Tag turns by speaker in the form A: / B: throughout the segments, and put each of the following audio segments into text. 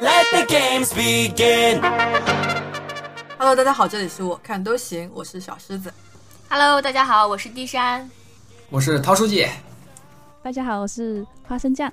A: Let the games begin.
B: Hello，大家好，这里是我看都行，我是小狮子。
C: Hello，大家好，我是地山。
D: 我是陶书记，
E: 大家好，我是花生酱。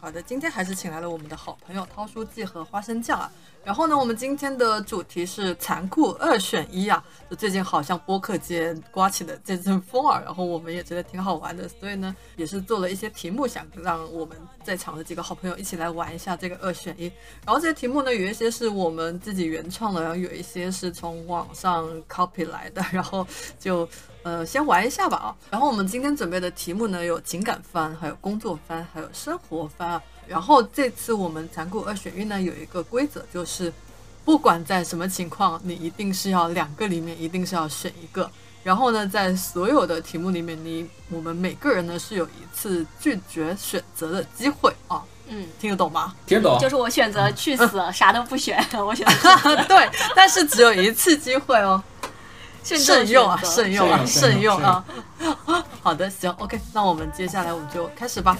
B: 好的，今天还是请来了我们的好朋友汤书记和花生酱啊。然后呢，我们今天的主题是残酷二选一啊。就最近好像播客界刮起的这阵风啊，然后我们也觉得挺好玩的，所以呢，也是做了一些题目，想让我们在场的几个好朋友一起来玩一下这个二选一。然后这些题目呢，有一些是我们自己原创的，然后有一些是从网上 copy 来的，然后就呃，先玩一下吧啊。然后我们今天准备的题目呢，有情感番，还有工作番，还有生活番啊。然后这次我们残酷二选一呢，有一个规则，就是不管在什么情况，你一定是要两个里面一定是要选一个。然后呢，在所有的题目里面，你我们每个人呢是有一次拒绝选择的机会啊，
C: 嗯，
B: 听得懂吗？
D: 听得懂？
C: 就是我选择去死，
B: 嗯
C: 啥都不选， 我选择
B: 对，但是只有一次机会哦。
C: 慎 重
B: 慎用啊，
C: 选择
B: 慎用啊，
D: 慎
B: 慎用
D: 用
B: 啊！ 好的，行，OK，那我们接下来我们就开始吧。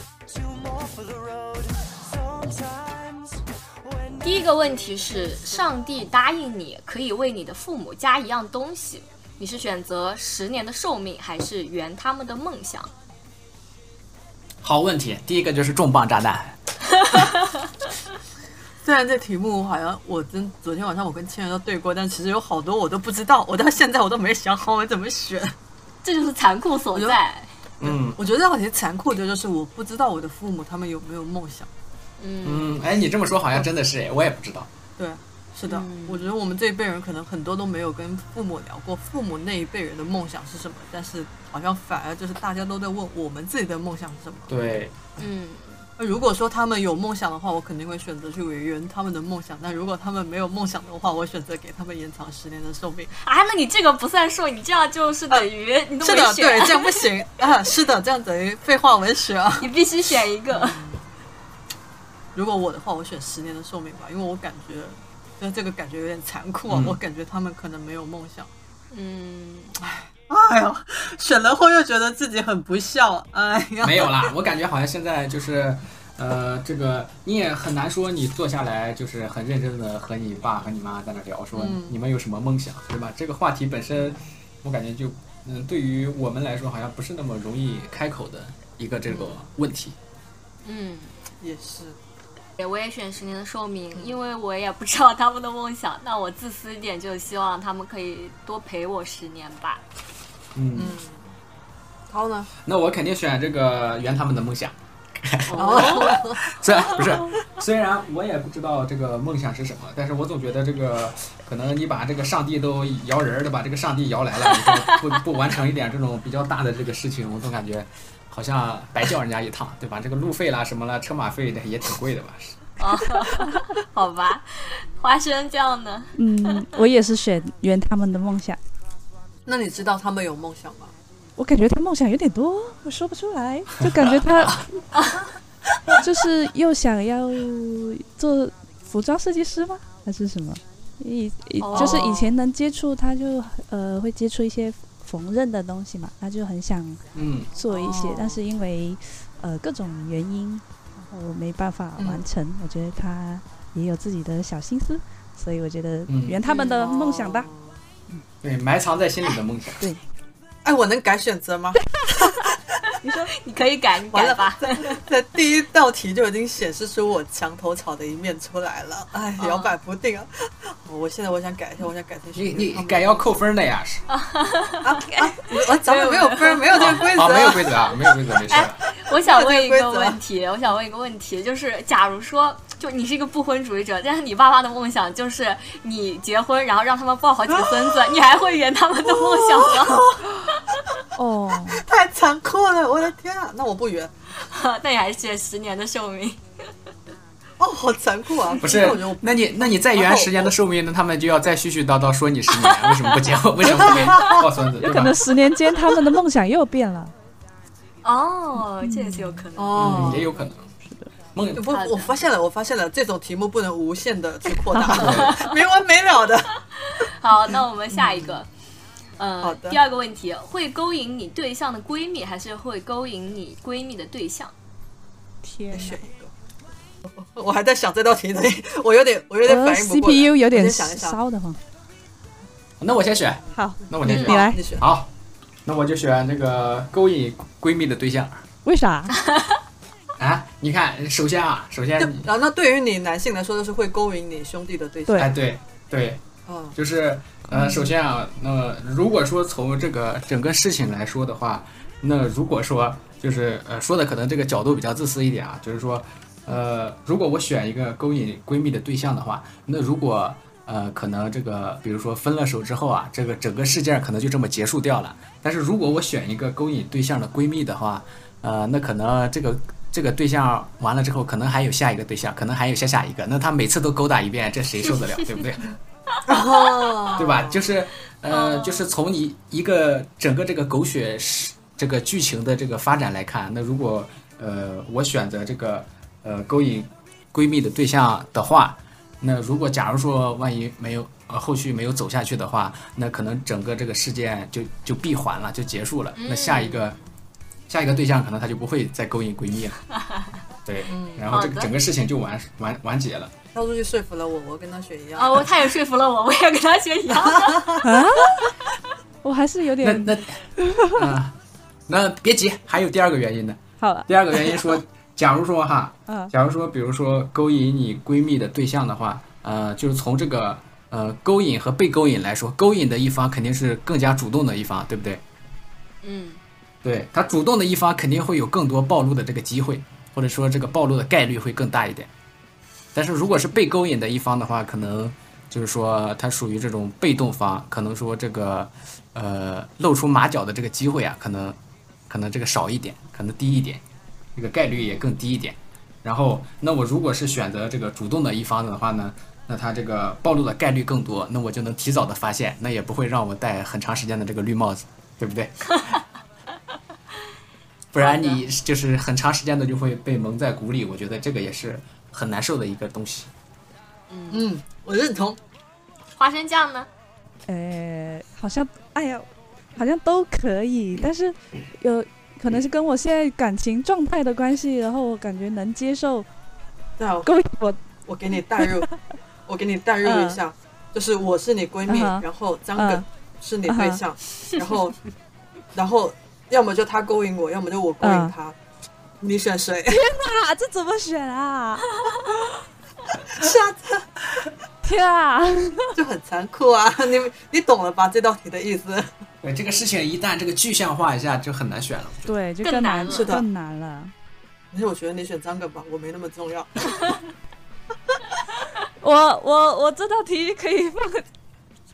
C: 第一个问题是，上帝答应你可以为你的父母加一样东西，你是选择十年的寿命，还是圆他们的梦想？
D: 好问题，第一个就是重磅炸弹，
B: 虽然这题目好像我真昨天晚上我跟千人都对过，但其实有好多我都不知道，我到现在我都没想好我怎么选。
C: 这就是残酷所在。
D: 嗯
B: 我觉得这道题残酷的就是我不知道我的父母他们有没有梦想。
C: 嗯，
D: 嗯，哎，你这么说好像真的是，哎，我也不知道，
B: 对，是的，
C: 嗯
B: 我觉得我们这一辈人可能很多都没有跟父母聊过父母那一辈人的梦想是什么，但是好像反而就是大家都在问我们自己的梦想是什么。
D: 对，
C: 嗯，
B: 那如果说他们有梦想的话，我肯定会选择去违约他们的梦想；但如果他们没有梦想的话，我选择给他们延长十年的寿命。
C: 啊，那你这个不算数，你这样就是等于你都
B: 呃是
C: 没
B: 的，对，
C: 选，
B: 这样不行啊！是的，这样等于废话文学啊。
C: 你必须选一个。
B: 如果我的话，我选十年的寿命吧，因为我感觉，就这个感觉有点残酷啊。
D: 嗯
B: 我感觉他们可能没有梦想。
C: 嗯，
B: 哎呦，选了后又觉得自己很不孝。哎呀，
D: 没有啦，我感觉好像现在就是，呃，这个你也很难说你坐下来就是很认真的和你爸和你妈在那聊，说
B: 嗯
D: 你们有什么梦想，对吧？这个话题本身，我感觉就，嗯，对于我们来说好像不是那么容易开口的一个这个问题，
C: 嗯。
B: 也是。
C: 对我也选十年的寿命，因为我也不知道他们的梦想。那我自私一点，就希望他们可以多陪我十年吧。
D: 嗯，
B: 涛呢？
D: 那我肯定选这个圆他们的梦想。
B: 哦，
D: 虽然不 是，虽然我也不知道这个梦想是什么，但是我总觉得这个可能你把这个上帝都摇人儿的，把这个上帝摇来了，你说不 不完成一点这种比较大的这个事情，我总感觉好像白叫人家一趟，对吧？这个路费啦什么啦，车马费的也挺贵的吧？是
C: 哦， 好吧，花生酱呢？
E: 嗯，我也是选圆他们的梦想。
B: 那你知道他们有梦想吗？
E: 我感觉他梦想有点多，我说不出来，就感觉他 就是又想要做服装设计师吗？还是什么？以以
C: 哦
E: 就是以前能接触，他就呃会接触一些缝纫的东西嘛，他就很想
D: 嗯，
E: 做一些，
C: 哦
E: 但是因为呃各种原因，然后没办法完成。我觉得他也有自己的小心思，所以我觉得
D: 嗯
E: 圆他们的梦想吧。
B: 哦
D: 对，埋藏在心里的梦想。
B: 哎，我能改选择吗？
C: 你可以改，你
B: 完
C: 改
B: 了
C: 吧。
B: 在第一道题就已经显示出我墙头草的一面出来了，哎，
C: 嗯
B: 摇摆不定啊！哦我现在我想改一下，我想改成
D: 你
B: 选
D: 你
B: 择
D: 改要扣分的呀？ 是
B: 啊啊！我咱们没有分，没有这个规
D: 啊，没
B: 则。
D: 有
B: 哎
D: 规则啊，没有规则，没事。
C: 我想问一
B: 这个
C: 个
B: 规则
C: 问题，我想问一个问题，就是假如说，就你是一个不婚主义者，但是你爸妈的梦想就是你结婚，然后让他们抱好几个孙子，你还会圆他们的梦想吗？
E: 哦，
B: 太残酷了，我的天啊！那我不圆
C: 那你还是选十年的寿命。
B: 哦，好残酷啊！
D: 不
B: 那
D: 是
B: 我就，
D: 那你那你再圆十年的寿命，那他们就要再絮絮叨叨说你十年，为什么不结 婚？为什么 不给抱孙子？对
E: 有 可
D: 吧？
E: 能十年间他们的梦想又变了。
C: 哦，这也是有可能。
B: 哦
D: 嗯，也有可能。是的，梦
B: 不，
C: 好的
B: 我发现了，我发现了，这种题目不能无限的去扩大， 没完没了 的。
C: 好，那我们下一个。嗯，
B: 好的
C: 第二个问题，会勾引你对象的 闺蜜，还是会勾引你闺蜜的对象？
E: 天
B: 选一个，我还在想这道题，所以 我有点我有点
E: 我
B: 反应不过来。
E: CPU 有
B: 我
E: 点
B: 先想一想
E: 烧的慌。
D: 那我先选，
E: 好，
D: 那我先
E: 你
D: 选。
E: 来
B: 你选
D: 好，那我就选这个勾引闺蜜的对象
E: 为啥？
D: 啊！你看，首先啊，首先
B: 就
D: 你，
B: 然后那对于你男性来说，就是会勾引你兄弟的对象。
E: 对
D: 哎，对对，
B: 嗯，
D: 就是呃，首先啊，那么如果说从这个整个事情来说的话，那如果说就是呃说的可能这个角度比较自私一点啊，就是说呃，如果我选一个勾引闺蜜的对象的话，那如果呃可能这个比如说分了手之后啊，这个整个事件可能就这么结束掉了。但是如果我选一个勾引对象的闺蜜的话，呃，那可能这个。这个对象完了之后，可能还有下一个对象，可能还有下下一个，那他每次都勾搭一遍，这谁受得了，对不对？
B: 哦
D: 对吧？就是，
C: 哦
D: 呃，就是从你一个整个这个狗血是这个剧情的这个发展来看，那如果呃我选择这个呃勾引闺蜜的对象的话，那如果假如说万一没有呃后续没有走下去的话，那可能整个这个事件就就闭环了，就结束了。那下一
C: 嗯
D: 个下一个对象可能他就不会再勾引闺 蜜了，对，然后
C: 嗯好
D: 这个
C: 的
D: 整个事情就完完完结了。
B: 到处去说服了我，我跟他选一样。
C: 啊，我他也说服了我，我也跟他学一样。
E: 我还是有
D: 那
E: 点
D: 那啊、那别急，还有第二个原因呢。
E: 好了
D: 第二个原因说，假如说哈，
E: 啊。
D: 假如说比如说勾引你闺蜜的对象的话，呃，就是从这个呃勾引和被勾引来说，勾引的一方肯定是更加主动的一方，对不对？
C: 嗯，
D: 对他主动的一方肯定会有更多暴露的这个机会，或者说这个暴露的概率会更大一点。但是如果是被勾引的一方的话，可能就是说他属于这种被动方，可能说这个呃露出马脚的这个机会啊，可能可能这个少一点，可能低一点，这个概率也更低一点。然后，那我如果是选择这个主动的一方的话呢，那他这个暴露的概率更多，那我就能提早的发现，那也不会让我戴很长时间的这个绿帽子，对不对？不然你就是很长时间的就会被蒙在鼓里，我觉得这个也是很难受的一个东西。
B: 嗯，我认同。
C: 花生酱呢？
E: 呃，好像，哎呀，好像都可以，但是有可能是跟我现在感情状态的关系，然后我感觉能接受
B: 对啊，我
E: 勾引我
B: 我给你带 入，我给你带入一下，就是我是你闺蜜，
E: 嗯哼
B: 然后张
E: 嗯
B: 耿是你对象，然后然后要么就他勾引我，要么就我勾引他。你选谁？
E: 啊，这怎么选啊？
B: 是啊，
E: 天啊！
B: 就很残酷啊！ 你你懂了吧？这道题的意思。
D: 对这个事情一旦这个具象化一下，就很难选了。
E: 对，就
C: 更
E: 更
C: 难了
B: 是的
E: 更难了。
B: 而且我觉得你选张耿吧，我没那么重要。
E: 我我我这道题可以放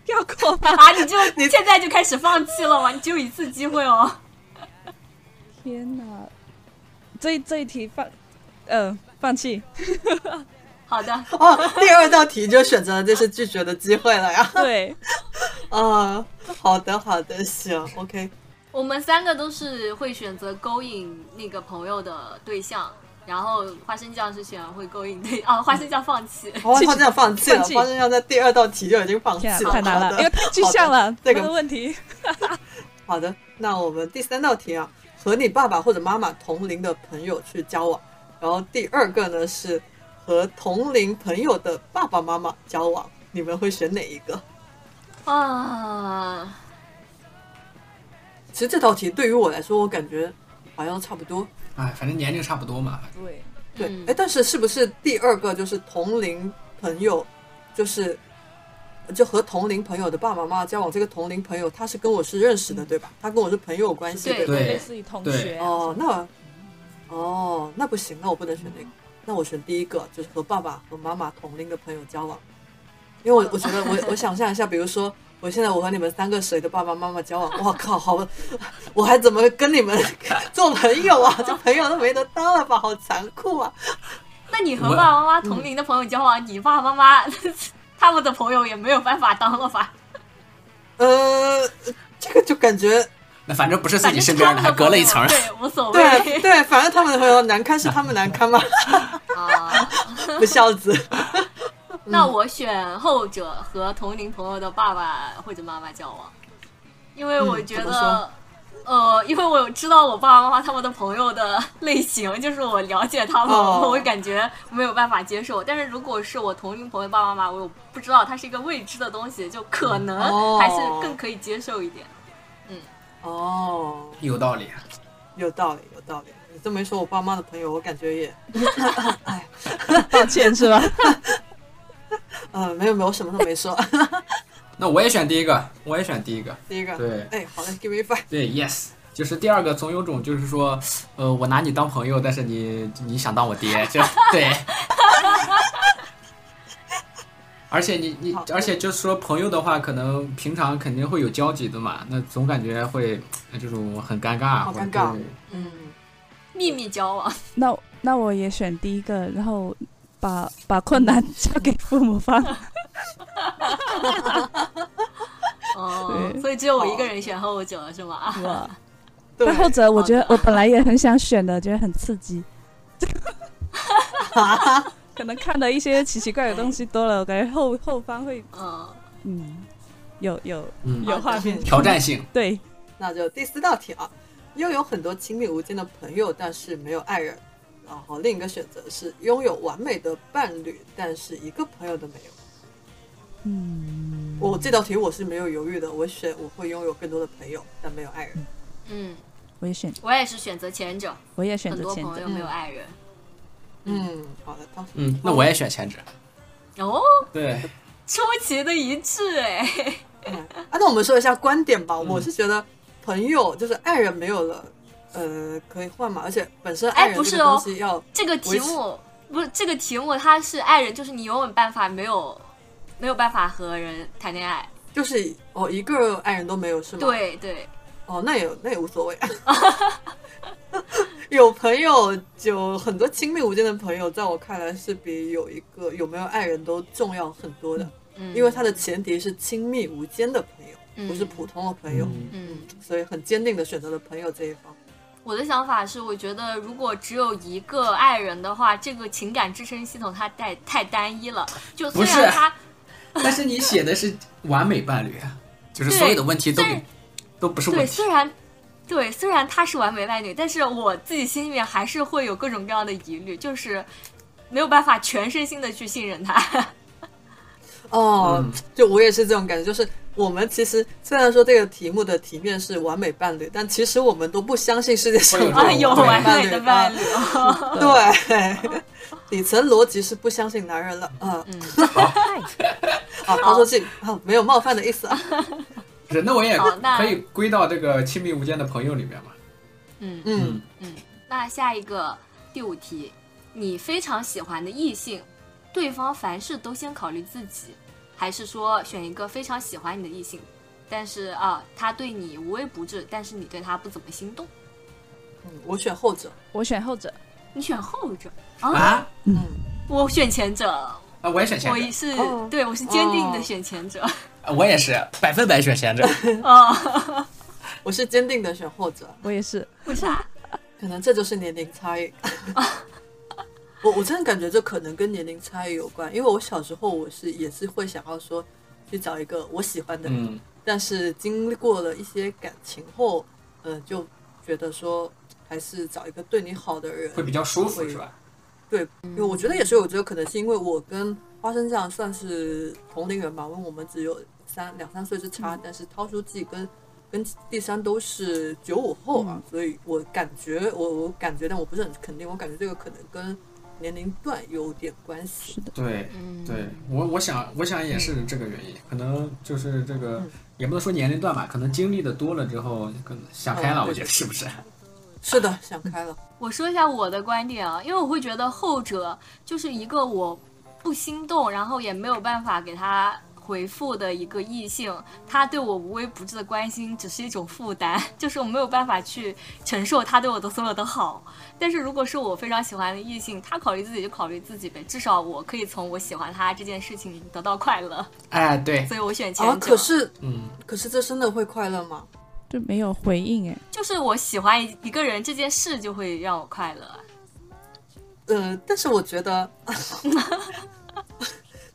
E: 跳过吧？
C: 啊，你就
B: 你
C: 现在就开始放弃了吗？你只有一次机会哦。
E: 天哪，这这一题放，嗯、放弃。
C: 好的，
B: 哦，第二道题就选择了这是拒绝的机会了呀。
E: 对，
B: 啊，好的好的，行，OK。
C: 我们三个都是会选择勾引那个朋友的对象，然后花生酱是选会勾引对啊，花生酱放弃。
B: 花花生酱放弃了，
E: 放弃
B: 花生酱在第二道题就已经放弃
E: 天啊，
B: 了，
E: 太难
B: 好
E: 了，
B: 的
E: 因为太具象了
B: 这
E: 这
B: 个
E: 个问题。
B: 好的，那我们第三道题啊，和你爸爸或者妈妈同龄的朋友去交往，然后第二个呢是和同龄朋友的爸爸妈妈交往，你们会选哪一个？
C: 啊，
B: 其实这道题对于我来说，我感觉好像差不多。
D: 哎，反正年龄差不多嘛。
E: 对，
B: 对，哎、
C: 嗯
B: 但是是不是第二个就是同龄朋友，就是就和同龄朋友的爸爸妈妈交往？这个同龄朋友他是跟我是认识的，对吧？他跟我是朋友关系，
C: 对
B: 对吧？
D: 对
E: 类似于同
D: 对
E: 学啊。
B: 哦，那哦，那不行，那我不能选那个，那我选第一个，就是和爸爸和妈妈同龄的朋友交往，因为我我觉得我我想象一下，比如说我现在我和你们三个谁的爸爸妈妈交往，我靠，好， 我还怎么跟你们 做朋友啊？这朋友都没得当了吧，好残酷啊！
C: 那你和
D: 我
C: 爸爸妈妈同龄的朋友交往，你爸爸妈妈 他们的朋友也没有办法当了吧？
B: 呃，这个就感觉
D: 那反正不是自
C: 反
D: 己
C: 正
D: 身
C: 他
D: 边
C: 们
D: 的，
C: 的
D: 还隔了一层
C: 朋。友对，无所
B: 对啊
C: 谓
B: 对，反正他们的朋友难堪是他们难堪嘛，
C: 啊。
B: 不孝子。
C: 那我选后者和同龄朋友的爸爸或者妈妈交往，因为我觉
B: 嗯怎
C: 得呃，因为我知道我爸爸妈妈他们的朋友的类型，就是我了解他们，
B: 哦
C: 我会感觉没有办法接受。但是如果是我同龄朋友爸爸妈妈，我有不知道它是一个未知的东西，就可
B: 哦
C: 能还是更可以接受一点。
B: 哦，
D: 有道理。
B: 有道理，有道理。你这么一说，我爸妈的朋友，我感觉也，哎，
E: 抱歉是 吧？
B: 呃，没有没有，什么都没说。
D: 那我也选第一个，我也选第一个。
B: 第一个，
D: 对
B: 哎，好的，give me five。
D: 对，yes，就是第二个，总有种就是说，呃，我拿你当朋友，但是你你想当我 爹，这对。而且你你
B: 好，
D: 而且就是说朋友的话，可能平常肯定会有交集的嘛，那总感觉会呃这种很尴尬，
B: 好
D: 或者
B: 尴尬
D: 对
B: 嗯，
C: 秘密交往，
E: 那那我也选第一个，然后把把困难 交给父 母方。
C: 哦，
E: 对
C: 所以只有我一个人选后我九了是吗？
E: 哇，
B: 对
E: 但，后者我觉得
C: 好
E: 我本来也很想选的，觉得很刺 激。可能看的一些奇奇怪怪的东西多 了，我感觉后后方会
C: 嗯，
E: 嗯，有有
D: 嗯，
E: 有画面，
D: 挑战性，
E: 对，
B: 那就第四道题啊，拥有很多亲密无间的朋友，但是没有爱人。然后另一个选择是拥有完美的伴侣，但是一个朋友都没有。
E: 嗯，
B: 我这道题我是没有犹豫的，我选我会拥有更多的朋友，但没有爱人。
C: 嗯，
E: 我也选，
C: 我也是选择前者，
E: 我也选
C: 很
E: 择
C: 多
E: 前
C: 朋
E: 者
C: 友，没有爱人。
B: 嗯，好的，当时
D: 嗯，那我也选前者，
C: 哦，
D: 对，
C: 出奇的一致哎，
B: 啊，那我们说一下观点吧。
D: 嗯
B: 我是觉得朋友就是爱人没有了，呃，可以换嘛。而且本身
C: 哎
B: 爱人
C: 不
B: 这
C: 是
B: 个
C: 哦
B: 东西要、
C: 这个题目不是这个题目，它是爱人，就是你永远办法没有没有办法和人谈恋爱。
B: 就是哦一个爱人都没有是吗？，
C: 对对，
B: 哦那也那也无所谓。 有朋友就很多亲密无间的朋友，在我看来是比有一个有没有爱人都重要很多的，
C: 嗯，
B: 因为它的前提是亲密无间的朋友，
C: 嗯
B: 不是普通的朋友。
D: 嗯
C: 嗯，
B: 所以很坚定的选择了朋友这一方。
C: 我的想法是，我觉得如果只有一个爱人的话，这个情感支撑系统它太太单一了。就虽
D: 不是
C: 然它
D: 但是你写的是完美伴侣啊，就是所有的问题都
C: 对
D: 给都不是问
C: 对，
D: 题
C: 虽，然对虽然他是完美伴侣，但是我自己心里面还是会有各种各样的疑虑，就是没有办法全身心的去信任他。
B: 哦，
D: 嗯
B: 就我也是这种感觉，就是我们其实虽然说这个题目的题面是完美伴侣，但其实我们都不相信世界上
D: 会有这种
C: 啊，
D: 哎
C: 有完
D: 对
C: 美的伴
B: 伴
C: 侣
B: 侣。
C: 哦
D: 嗯
B: 啊。对，底层逻辑是不相信男人了。嗯
C: 嗯，
B: 啊，他说这啊没有冒犯的意思啊。
D: 不是，那我也
C: 好那
D: 可以归到这个亲密无间的朋友里面嘛，
C: 嗯，
B: 嗯，
C: 那下一个第五题，你非常喜欢的异性，对方凡事都先考虑自己，还是说选一个非常喜欢你的异性，但是啊，他对你无微不至，但是你对他不怎么心动？
B: 嗯我选后者。
E: 我选后者，
C: 你选后者啊？
D: 啊，
C: 我选前者，
D: 啊，我也选前
C: 我
D: 者
C: 也。是、
B: 哦
C: 对我是坚定的
B: 哦
C: 选前者。
D: 啊我也是百分百选贤者。
C: 哦，
B: 我是坚定的选后者，
E: 我也是，
C: 为啥？
B: 可能这就是年龄差异。 我我真的感觉这可能跟年龄差异有关，因为我小时候我是也是会想要说去找一个我喜欢的人，
D: 嗯，
B: 但是经过了一些感情后，呃，就觉得说还是找一个对你好的人
D: 会比较舒服是吧？
B: 对，因为我觉得也是有这个可能性，因为我跟花生酱算是同龄人吧，因为我们只有三两三岁之差，但是涛书记跟跟第三都是九五后啊，所以我感觉我我感觉，但我不是很肯定，我感觉这个可能跟年龄段有点关系。
E: 是的，
D: 对，
C: 嗯，
D: 对我我想我想也是这个原因，可能就是这个
C: 嗯
D: 也不能说年龄段吧，可能经历的多了之后，可能想开
C: 哦
D: 了，
B: 嗯
D: 我觉得是不是？
B: 是嗯的，想开了，
C: 我说一下我的观点啊，因为我会觉得后者就是一个我不心动，然后也没有办法给他回复的一个异性，他对我无微不至的关心只是一种负担，就是我没有办法去承受他对我的所有的好。但是如果是我非常喜欢的异性，他考虑自己就考虑自己呗，至少我可以从我喜欢他这件事情得到快乐，
D: 哎，对，
C: 所以我选前者。
B: 啊，可是
D: 嗯，
B: 可是这真的会快乐吗？
E: 就没有回应哎，
C: 就是我喜欢一个人这件事就会让我快乐。
B: 呃，但是我觉得，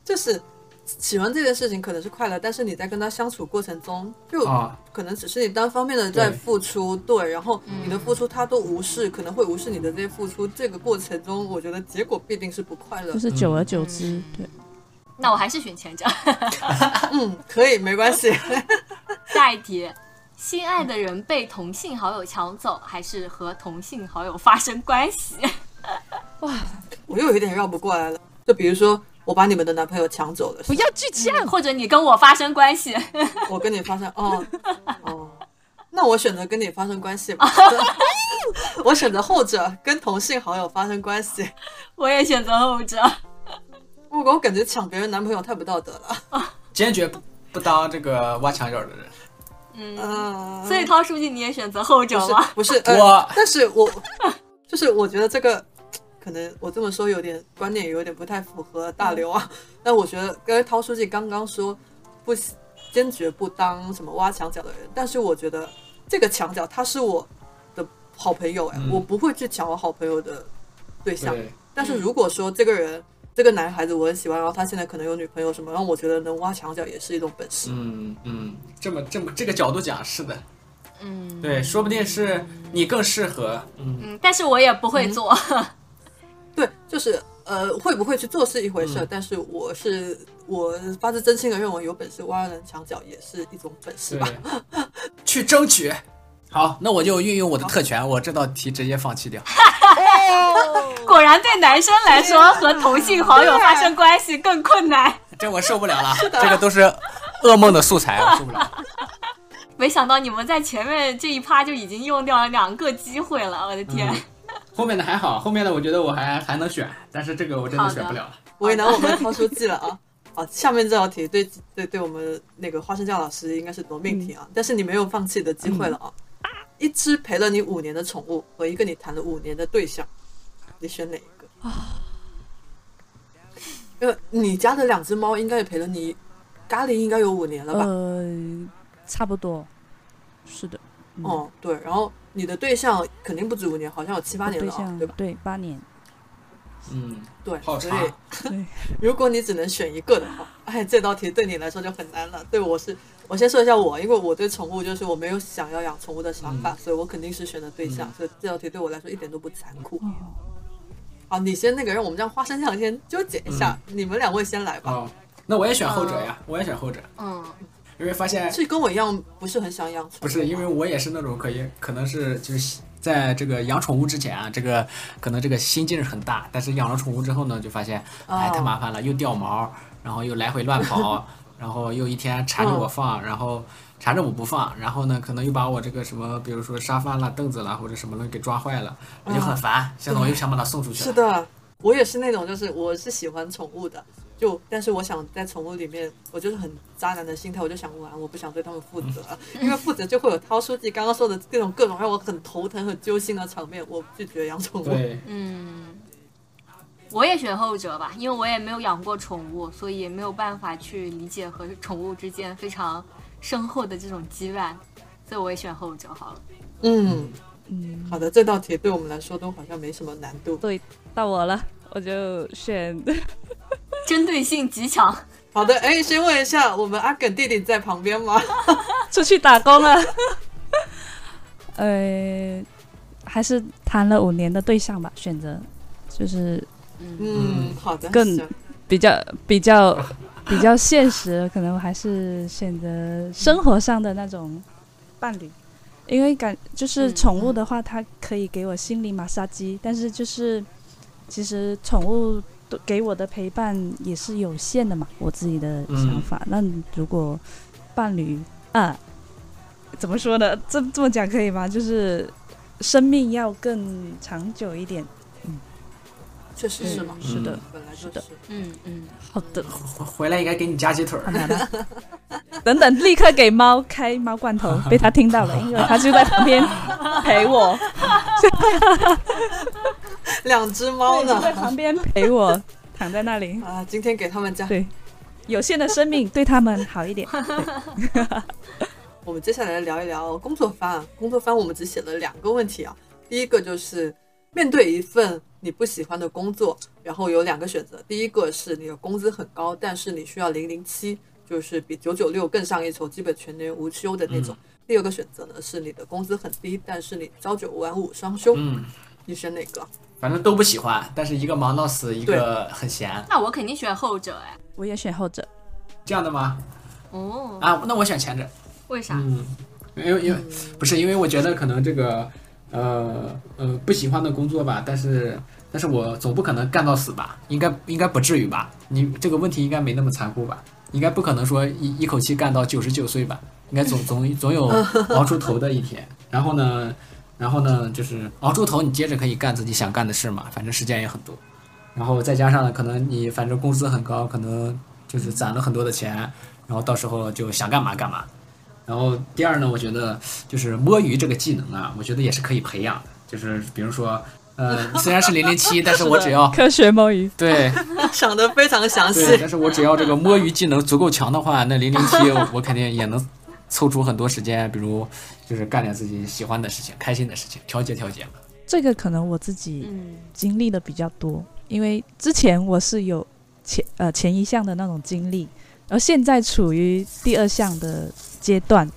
B: 就是喜欢这件事情可能是快乐，但是你在跟他相处过程中，就
D: 啊
B: 可能只是你单方面的在
D: 对
B: 付出，对，然后你的付出他都无视，可能会无视你的这些付出。这个过程中，我觉得结果必定是不快乐
E: 就。是久而久之，对，
C: 那我还是选前者。
B: 嗯，可以，没关系。
C: 下一题，心爱的人被同性好友抢走，还是和同性好友发生关系？
E: 哇，
B: 我又有一点绕不过来了。就比如说，我把你们的男朋友抢走了，
E: 不要去这样，
C: 或者你跟我发生关系？
B: 我跟你发生哦哦，那我选择跟你发生关系吧。我选择后者，跟同性好友发生关系。
C: 我也选择后者。
B: 我我感觉抢别人男朋友太不道德了。
D: 坚决不不当这个挖墙脚的人。
C: 嗯，
B: 嗯，
C: 所以涛书记你也选择后者吗？
B: 不是不是、呃
D: 我，
B: 但是我就是我觉得这个。可能我这么说有点观点有点不太符合大刘啊，
D: 嗯
B: 但我觉得跟涛书记刚刚说不坚决不当什么挖墙脚的人，但是我觉得这个墙角他是我的好朋友哎、
D: 嗯
B: 我不会去抢我好朋友的对象，
D: 对，
B: 但是如果说这个人这个男孩子我很喜欢，然后他现在可能有女朋友什么，然后我觉得能挖墙角也是一种本事。
D: 嗯嗯，这么这么这个角度讲是的，
C: 嗯
D: 对，说不定是你更适合。嗯，
C: 嗯，但是我也不会做。
B: 对，就是呃，会不会去做是一回事，
D: 嗯
B: 但是我是我发自真心的认为，有本事挖人墙角也是一种本事
D: 对
B: 吧。，
D: 去争取。好，那我就运用我的特权，我这道题直接放弃掉。
C: 果然对男生来说，和同性好友发生关系更困难。
D: 这我受不了了，这个都是噩梦的素材，我受不了。
C: 没想到你们在前面这一趴就已经用掉了两个机会了，我的天！
D: 嗯后面的还好，后面的我觉得我还还能选，但是这个我真的选不了了。
B: 为难我们的涛书记了啊。好，下面这道题对对对我们那个花生酱老师应该是夺命题啊，
D: 嗯
B: 但是你没有放弃的机会了啊。一只陪了你五年的宠物和一个你谈了五年的对象，你选哪一个？ 因为你家的两只猫应该也陪了你，咖喱应该有五年了吧？
E: 呃，差不多，是的，嗯
B: 哦，对，然后你的对象肯定不止五年，好像有七八
E: 我
B: 年
E: 对
B: 了啊、
E: 象
B: 对吧？
E: 对八年，
D: 嗯，
B: 对，
D: 好
B: 所
D: 长
B: 以
E: 对，
B: 如果你只能选一个的话，哎，这道题对你来说就很难了。对我是，我先说一下我，因为我对宠物就是我没有想要养宠物的想
D: 嗯
B: 法，所以我肯定是选择对象，所以这道题对我来说一点都不残酷。
E: 哦
B: 好，你先那个，让我们让花生酱先纠结一下，
D: 嗯
B: 你们两位先来吧。
D: 哦，那我也选后者呀，我也选后者，
C: 嗯，
D: 因为发现
B: 是跟我一样不是很想养宠物，
D: 不是，因为我也是那种可以，可能是就是在这个养宠物之前啊，这个可能这个心劲儿很大，但是养了宠物之后呢，就发现
B: 哦
D: 哎太麻烦了，又掉毛，然后又来回乱跑， 然后又一天缠着
B: 嗯
D: 我放，然后缠着我不放，然后呢，可能又把我这个什么，比如说沙发啦、凳子啦或者什么东西给抓坏了，我就很烦，现在我又想把它送出
B: 嗯
D: 去
B: 是
D: 了。
B: 的，我也是那种，就是我是喜欢宠物的，就但是我想在宠物里面，我就是很渣男的心态，我就想玩，我不想对他们负责，因为负责就会有涛书记刚刚说的这种各种让我很头疼、很揪心的场面，我拒绝养宠物。
D: 对，
C: 嗯，我也选后者吧，因为我也没有养过宠物，所以也没有办法去理解和宠物之间非常深厚的这种羁绊，所以我也选后者好了。
B: 嗯，
E: 嗯，
B: 好的，这道题对我们来说都好像没什么难度。
E: 对，到我了，我就选
C: 针对性极强，
B: 好的，哎，先问一下，我们阿梗弟弟在旁边吗？
E: 出去打工啊了，呃，还是谈了五年的对象吧，选择就是
C: 嗯，
B: 嗯，好的，
E: 更
B: 行
E: 比较比较比较现实，可能我还是选择生活上的那种伴侣，因为感就是
C: 嗯
E: 宠物的话，它可以给我心理马杀鸡，但是就是其实宠物都给我的陪伴也是有限的嘛，我自己的想法。那如果伴侣啊，怎么说呢？这这么讲可以吗？就是生命要更长久一点。
B: 确实是嘛，
E: 是的，
B: 嗯本来就是
E: 的
C: 嗯嗯，
E: 好的，
D: 回回来应该给你加鸡腿儿。
E: 等等，立刻给猫开猫罐头，被它听到了，因为它就在旁 边陪我，
B: 两只猫
E: 对，就在
B: 呢。
E: 旁边陪我，躺在那 里。
B: 啊，今天给他们加
E: 对，有限的生命对它们好 一点。
B: 我们接下来聊一聊工作方案。工作方案我们只写了两个问题啊，第一个就是面对一份你不喜欢的工作，然后有两个选择，第一个是你的工资很高，但是你需要零零七，就是比九九六更上一筹，基本全年无休的那
D: 嗯
B: 种；第二个选择呢是你的工资很低，但是你朝九晚五双休。
D: 嗯，
B: 你选哪个？
D: 反正都不喜欢，但是一个忙到死，一个很闲，
C: 那我肯定选后者哎。
E: 我也选后者。
D: 这样的吗？
C: 哦，
D: 啊，那我选前者。
C: 为啥？
D: 嗯，因为因为不是因为我觉得可能这个呃呃不喜欢的工作吧，但是但是我总不可能干到死吧，应该应该不至于吧？你这个问题应该没那么残酷吧？应该不可能说一一口气干到九十九岁吧？应该总总总有熬出头的一天。然后呢，然后呢，就是熬出头，你接着可以干自己想干的事嘛，反正时间也很多。然后再加上呢，可能你反正工资很高，可能就是攒了很多的钱，然后到时候就想干嘛干嘛。然后第二呢，我觉得就是摸鱼这个技能啊，我觉得也是可以培养的。就是比如说，呃，虽然是零零七，但 是我只要
E: 科学摸鱼，
D: 对
B: 想得非常详细。
D: 对，但是我只要这个摸鱼技能足够强的话，那零零 七我肯定也能凑出很多时间，比如就是干点自己喜欢的事情、开心的事情，调节调节嘛。
E: 这个可能我自己
C: 嗯，
E: 经历的比较多，因为之前我是有前呃前一项的那种经历，而现在处于第二项的阶段。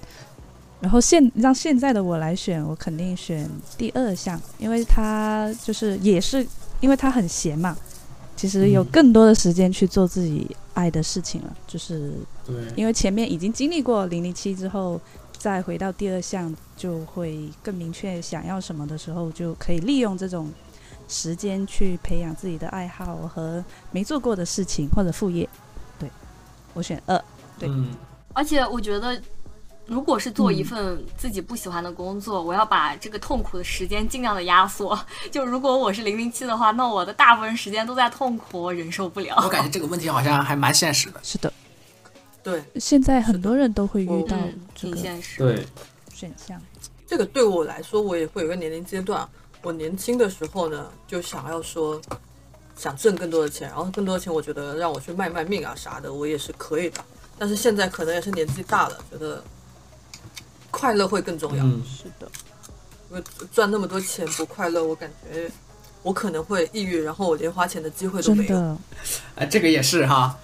E: 然后现让现在的我来选，我肯定选第二项，因为他就是也是因为他很闲嘛，其实有
D: 嗯
E: 更多的时间去做自己爱的事情了，就是
D: 对，
E: 因为前面已经经历过零零七之后，再回到第二项，就会更明确想要什么的时候，就可以利用这种时间去培养自己的爱好和没做过的事情或者副业。对，我选二。对
D: 嗯，
C: 嗯而且我觉得，如果是做一
E: 嗯
C: 份自己不喜欢的工作，我要把这个痛苦的时间尽量的压缩。就如果我是零零七的话，那我的大部分时间都在痛苦，我忍受不了。
D: 我感觉这个问题好像还蛮现实的。
E: 是的，
B: 对，
E: 现在很多人都会
B: 我
E: 遇到
C: 嗯，
E: 这
C: 挺
E: 个
C: 现实。
D: 对，
E: 选项。
B: 这个对我来说，我也会有一个年龄阶段。我年轻的时候呢，就想要说，想挣更多的钱，然后更多的钱，我觉得让我去卖卖命啊啥的，我也是可以的。但是现在可能也是年纪大了，觉得快乐会更重要。
D: 嗯，
E: 是的，
B: 我赚那么多钱不快乐，我感觉我可能会抑郁，然后我连花钱的机会都
E: 真
B: 没有。
E: 的，
D: 哎，这个也是哈，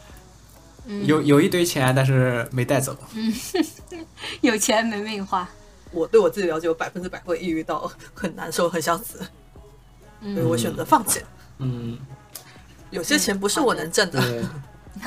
C: 嗯，
D: 有有一堆钱，但是没带走。
C: 有钱没命花。
B: 我对我自己了解，我百分之百会抑郁到 很难受，很想死，所以
C: 嗯，
B: 我选择放弃。
D: 嗯。
B: 有些钱不是我能挣的，
D: 对。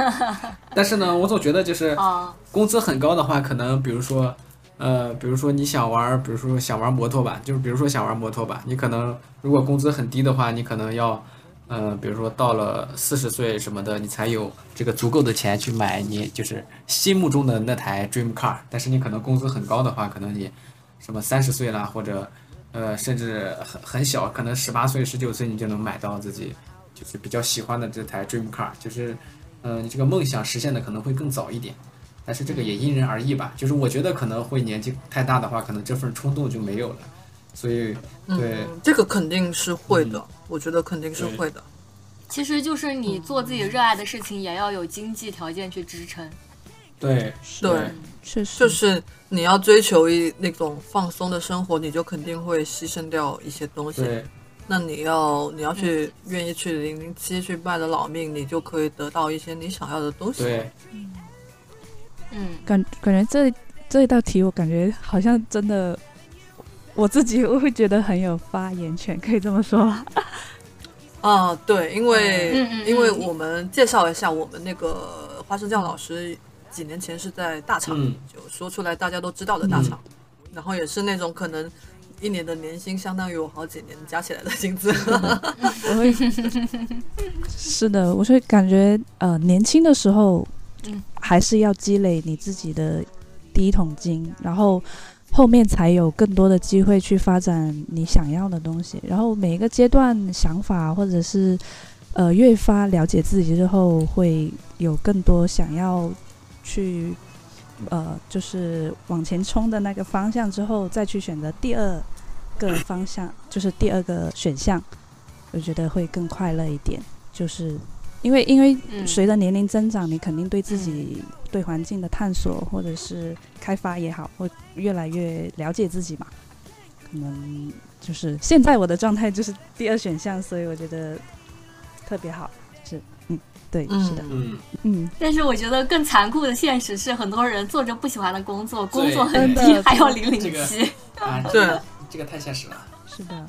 D: 但是呢，我总觉得就是
C: 啊，
D: 工资很高的话，可能比如说，呃，比如说你想玩儿，比如说想玩摩托吧，就是比如说想玩摩托吧，你可能如果工资很低的话，你可能要，呃，比如说到了四十岁什么的，你才有这个足够的钱去买你就是心目中的那台 dream car。但是你可能工资很高的话，可能你什么三十岁啦，或者呃，甚至很很小，可能十八岁、十九岁你就能买到自己就是比较喜欢的这台 dream car，就是。呃，你这个梦想实现的可能会更早一点，但是这个也因人而异吧。就是我觉得可能会年纪太大的话，可能这份冲动就没有了。所以，对，
B: 嗯，这个肯定是会的，我觉得肯定是
D: 嗯对
B: 会的。
C: 其实就是你做自己热爱的事情，也要有经济条件去支撑。
D: 对，
B: 对，
E: 确实，
B: 就是你要追求一那种放松的生活，你就肯定会牺牲掉一些东西。
D: 对，
B: 那你要你要去愿意去零零七去卖了老命，你就可以得到一些你想要的东西。
D: 对，
C: 嗯，
E: 感感觉这这一道题，我感觉好像真的。我自己会觉得很有发言权，可以这么说吧？
B: 啊，对，因为、
C: 嗯嗯嗯
B: 因为我们介绍一下，我们那个花生酱老师几年前是在大厂，
D: 嗯
B: 就说出来大家都知道的大厂，然后也是那种可能一年的年薪相当于我好几年加起来的薪资。
E: 我会，是的，我会感觉呃，年轻的时候，
C: 嗯
E: 还是要积累你自己的第一桶金，然后后面才有更多的机会去发展你想要的东西。然后每一个阶段想法或者是呃越发了解自己之后，会有更多想要去呃就是往前冲的那个方向之后，再去选择第二个方向，就是第二个选项，我觉得会更快乐一点。就是因为因为
C: 嗯
E: 随着年龄增长，你肯定对自己、对环境的探索或者是开发也好，会越来越了解自己嘛。可能就是现在我的状态就是第二选项，所以我觉得特别好。是，嗯，对，是的，
D: 嗯，
E: 嗯，
C: 但是我觉得更残酷的现实是，很多人做着不喜欢的工作，工作
D: 对
C: 很
E: 真
C: 低，
E: 的
C: 还要零零
D: 这 个
C: 七。
D: 啊，这
B: 对
D: 个，这个太现实了。
E: 是的，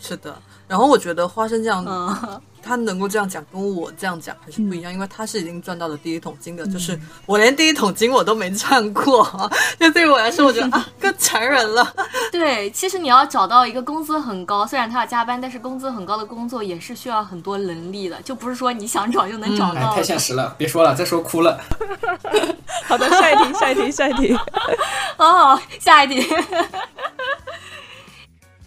B: 是的。然后我觉得花生酱
C: 嗯，
B: 他能够这样讲，跟我这样讲还是不一样，因为他是已经赚到了第一桶金的，就是我连第一桶金我都没赚过， 就对我来说，我觉得啊，更残忍了。
C: 对，其实你要找到一个工资很高，虽然他要加班，但是工资很高的工作也是需要很多能力的，就不是说你想找就能找
D: 哎，
C: 到
D: 太
C: 的。
D: 现实了，别说了，再说哭了。
E: 好的，下一题，下一题，下一 题，
C: 哦，下一题。